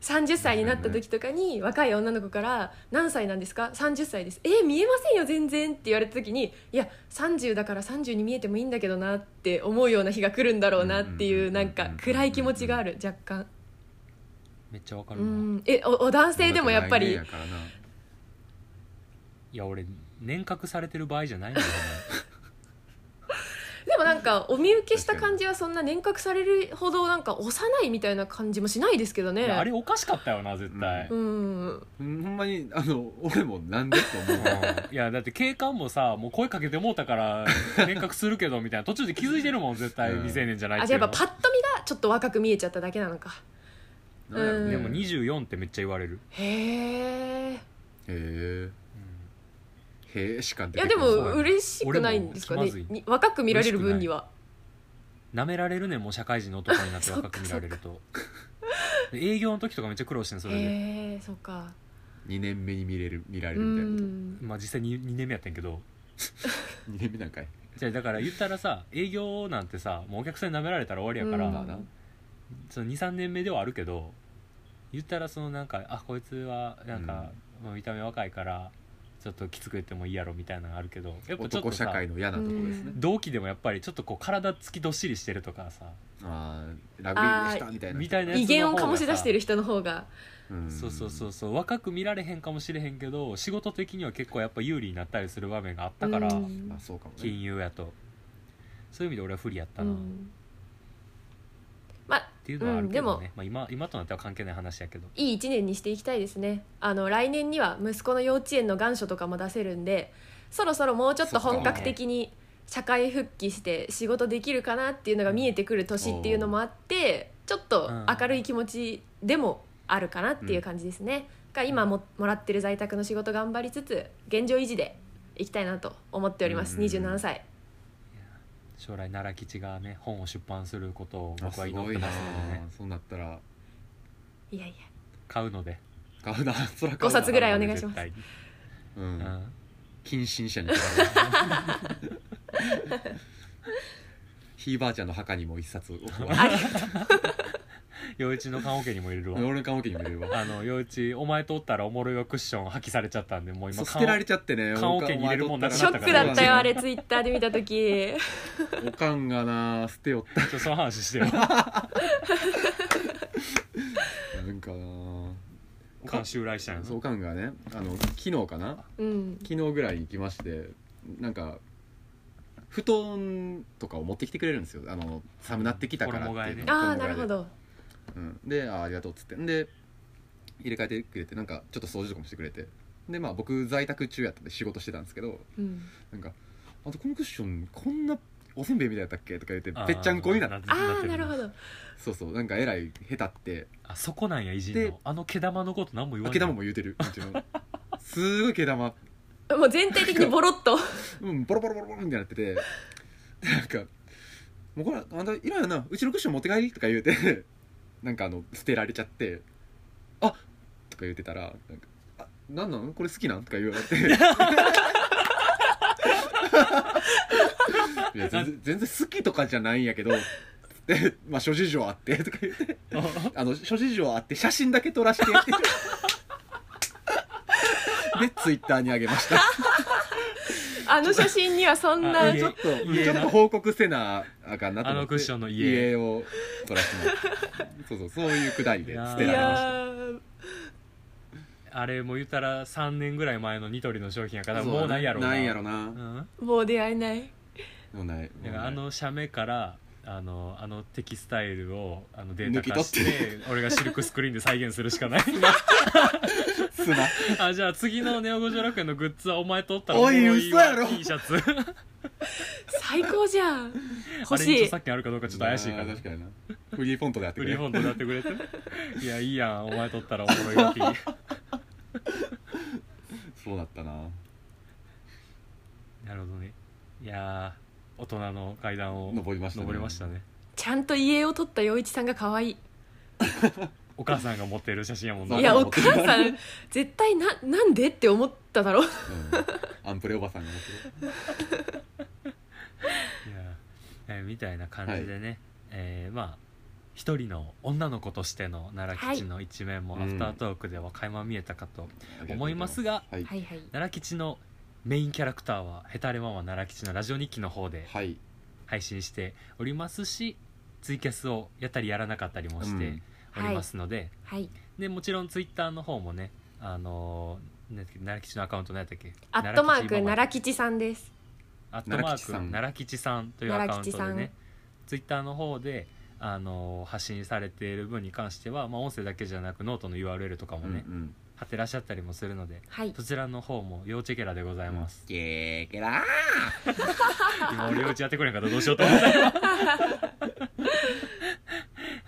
S2: 30歳になった時とかに若い女の子から「何歳なんですか ?30 歳です」「え見えませんよ全然」って言われた時に「いや30だから30に見えてもいいんだけどな」って思うような日が来るんだろうなって
S3: うんうんうん
S2: い
S3: うんう
S2: うんなんか暗い気持ちがある若干
S1: めっちゃわか
S2: う
S1: るな、い
S2: んえおお男性でもやっぱり
S3: だって来年やからな
S1: や俺年賀されてる場合じゃないんだよね
S2: でもなんかお見受けした感じはそんな年賀されるほどなんか幼いみたいな感じもしないですけど
S1: い
S2: ね
S1: やあれおかしかったよな絶対、
S2: うんうん
S3: うんほんまにあの俺もなんでって思う
S1: いやだって警官もさもう声かけてもうたから連絡するけどみたいな途中で気づいてるもん絶対
S3: うん
S1: 未成年じゃない
S2: あ
S1: っ
S2: じ
S1: てい
S2: ゃ
S1: う
S2: あ
S1: の
S2: やっぱパッと見がちょっと若く見えちゃっただけなのか
S3: なんやろね
S2: うん
S1: でも24ってめっちゃ言われる、
S2: へえ
S3: へえへえしか
S2: いやでも
S1: そうやね
S2: 嬉しくないんですか
S1: 俺
S2: ね
S1: も気まずい
S2: に若く見られる分には
S1: 舐められるねんもう社会人の男になって若く見られるとで営業の時とかめっちゃ苦労してんそれで、
S2: へえそうか
S3: 2年目に見れる見られ
S2: う
S3: るみたいなこと
S2: ん
S1: まあ実際に 2, 年目やってんけど
S3: 2年目なんかい
S1: じゃあだから言ったらさ営業なんてさもうお客さんに舐められたら終わりやから、
S2: うん
S3: まあな
S1: その23年目ではあるけど言ったらそのなんかあこいつはなんか、まあ見た目若いからちょっときつく言ってもいいやろみたいなのあるけどやっぱちょっ
S3: 男
S1: と
S3: 社
S1: さ
S3: 会の嫌なところですね、
S1: 同期でもやっぱりちょっとこう体つきどっしりしてるとかさ、
S3: ああラグビーでしたみたいな
S1: みたいなやつの方がさ
S2: 威厳を醸し出してる人の方が
S3: うん
S1: そうそうそうそう若く見られへんかもしれへんけど仕事的には結構やっぱ有利になったりする場面があったから、
S2: うん
S3: まあそうかもね
S1: 金融やとそういう意味で俺は不利やったな、
S2: うんまあ
S1: っていうのはあるけどね、
S2: うんで
S1: まあ、今今となっては関係ない話やけど
S2: いい1年にしていきたいですねあの来年には息子の幼稚園の願書とかも出せるんでそろそろもうちょっと本格的に社会復帰して仕事できるかなっていうのが見えてくる年っていうのもあってちょっと明るい気持ちでもあるかなっていう感じですね、が今ももらってる在宅の仕事頑張りつつ現状維持でいきたいなと思っております、
S3: うん
S2: 27歳
S1: 将来奈良吉がね本を出版することを僕は
S3: す
S1: 祈っ
S3: ごい
S1: て
S3: な
S1: ますのでね
S3: そうなったら
S2: いやいや
S1: 買うので
S3: 買うなそら買うな
S2: 五冊ぐらいお願いしま
S1: 絶
S2: す
S1: 対に
S3: う
S1: うんん
S3: 近親者に取られるひいばあちゃんの墓にも一冊
S2: ありがとう
S1: 陽一の棺桶にも入れるわ
S3: 俺の棺桶にも入れるわ
S1: あの陽一お前とおったらおもろいわクッション破棄されちゃったんでもう
S3: そ
S1: 今
S3: う捨てられちゃってね
S1: 棺桶に入れるもんなく
S2: シ
S1: な
S2: ョ
S1: た
S2: ッ
S1: か
S2: ク
S1: ら
S2: だったよあれツイッターで見た時
S3: おかんがな捨てよっ
S1: ちょその話してよ
S3: たなんかな
S1: おかん襲来したんや
S3: そう
S1: ぞ
S3: おかんがねあの昨日かな [LAUGHS]
S2: うん
S3: 昨日ぐらいに行きましてなんか布団とかを持ってきてくれるんですよあの寒なってきたからっていうの
S1: 衣替えね
S2: ああなるほ、
S3: 衣替
S2: ど
S3: えでうん、であーありがとうっつってんで入れ替えてくれてなんかちょっと掃除とかもしてくれてでまあ僕在宅中やったんで仕事してたんですけど
S2: うん
S3: なんか「あとこのクッションこんなおせんべいみたいだったっけ?」とか言ってぺっちゃんこになって
S2: ああなるほ
S1: ど
S2: ど
S3: そうそうなんかえらい下手って
S1: あそこなんや偉人
S3: で
S1: のあの毛玉のこと何も言わない
S3: 毛玉も言うてるうちのすごい毛玉
S2: もう全体的にボロっと
S3: うん、ボロボロボロボロみたいになってて、でなんか、もうこれ、あんたいらんよな、うちのクッション持って帰りとか言うて、なんかあの、捨てられちゃって、あっとか言うてたら、なんか、あ、なんなんこれ好きなんとか言われて。いや全然全然好きとかじゃないんやけどで、まあ、諸事情あってとか言ってあの諸事情あって写真だけ撮らせてやってでツイッターにあげました
S2: あの写真にはそん
S1: あ
S2: ない
S1: え
S3: ちょっと、
S1: 家
S3: ちょっと報告せなあかんなと思って。
S1: あのクッションの家
S3: 家を取らせてもらってそうそう、そういうくだりで捨て
S2: い
S3: られまし
S2: やー
S1: [LAUGHS] あれも言ったら3年ぐらい前のニトリの商品やか
S3: た。
S1: らもうないやろうな
S3: ないやろな
S1: う。ん
S2: もう出会えない
S3: もうない。
S1: だからあ [LAUGHS] の写メからあのあのテキスタイルをあのデータ
S3: 抜き
S1: 化
S3: 取っ
S1: してて俺がシルクスクリーンで再現するしかない
S3: [LAUGHS] 砂。
S1: あじゃあ次のネオ56円のグッズはお前とったら
S3: おい
S1: もうわ
S3: 嘘やろ
S1: T シャツ
S2: 最高じゃん欲
S1: あれ
S2: し
S1: 一応
S2: い
S1: さっきあるかどうかちょっと怪しいから
S3: なあ確かにな。フリーフォントでやって
S1: フ
S3: く
S1: リー
S3: れ
S1: フォントなってくれていやいいやんお前とったらおもろいわ T
S3: そうだったな。
S1: なるほどねいやー大人の階段を
S3: 登りましたね
S1: 登りましたね
S2: ちゃんと家を撮った陽一さんが可愛い
S1: お母さんが持っている写真やもん
S3: そ
S1: な
S3: う
S2: いや
S3: あ
S2: お母さん絶対ななんでって思っただろう
S3: うん。アンプレおばさんが面
S1: いやえーみたいな感じでね、えーまあ一人の女の子としての奈良吉の一面も
S3: はい
S1: アフタートークでは垣間見えたかと
S3: 白い。
S1: 思いますが、
S3: はい。
S2: はいはい
S1: 奈良吉のメインキャラクターはヘタレママ奈良吉のラジオ日記の方で
S3: はい。
S1: 配信しておりますしツイキャスをやったりやらなかったりもしておりますので,、
S2: はい
S1: でもちろんツイッターの方もねあのーなんだっけ奈良吉のアカウント何やったっけ
S2: アットマーク
S1: 奈良吉ママ
S2: 奈良吉さんです
S1: アットマ
S3: 奈良吉
S1: ー
S3: さん
S1: ク奈良吉さんというアカウントで
S2: 奈良吉さん
S1: ねツイッターの方であの発信されている分に関しては、まあ、音声だけじゃなくノートの URL とかも
S3: う
S1: ね、
S3: ん
S1: 貼ってらっしゃったりもするので
S2: はい
S1: そちらの方も幼稚キャラでございます、
S3: ゲーゲラー [LAUGHS]
S1: 今俺幼稚やってくれんかったらどうしようと思った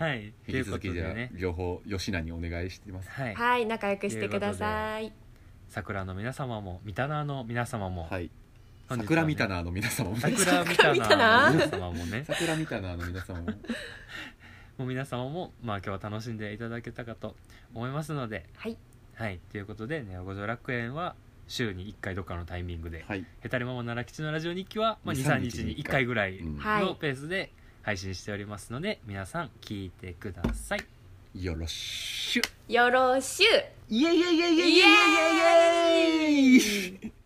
S1: はいとい
S3: 引き
S1: うこ
S3: 続
S1: と
S3: き
S1: で
S3: じゃあ
S1: ね
S3: 情報吉名にお願いしてます
S1: はい
S2: はい仲良くしてください
S1: 桜の皆様も三田名の皆様も、
S3: はい
S1: 本日はね
S3: 桜みたなの皆様も
S1: 桜三田
S2: 桜三
S1: 名
S2: 田名
S1: の皆様もね
S3: 桜みたなの皆様も
S1: もう皆様もまあ今日は楽しんでいただけたかと思いますので
S2: はい
S1: はい、ということで、ネオ五条楽園は週に1回どっかのタイミングで、
S3: はい
S1: ヘタレママ奈良吉のラジオ日記は、まあ、
S3: 2
S1: 2、3
S3: 3日
S1: 日
S3: に
S1: に
S3: 1
S1: 1
S3: 回
S1: 回ぐらい
S3: うん
S2: はい
S1: のペースで配信しておりますので、皆さん聞いてください。
S3: よろしゅ
S2: よろしゅう
S3: イエイイエイイエイイエイイエイイエイイエイ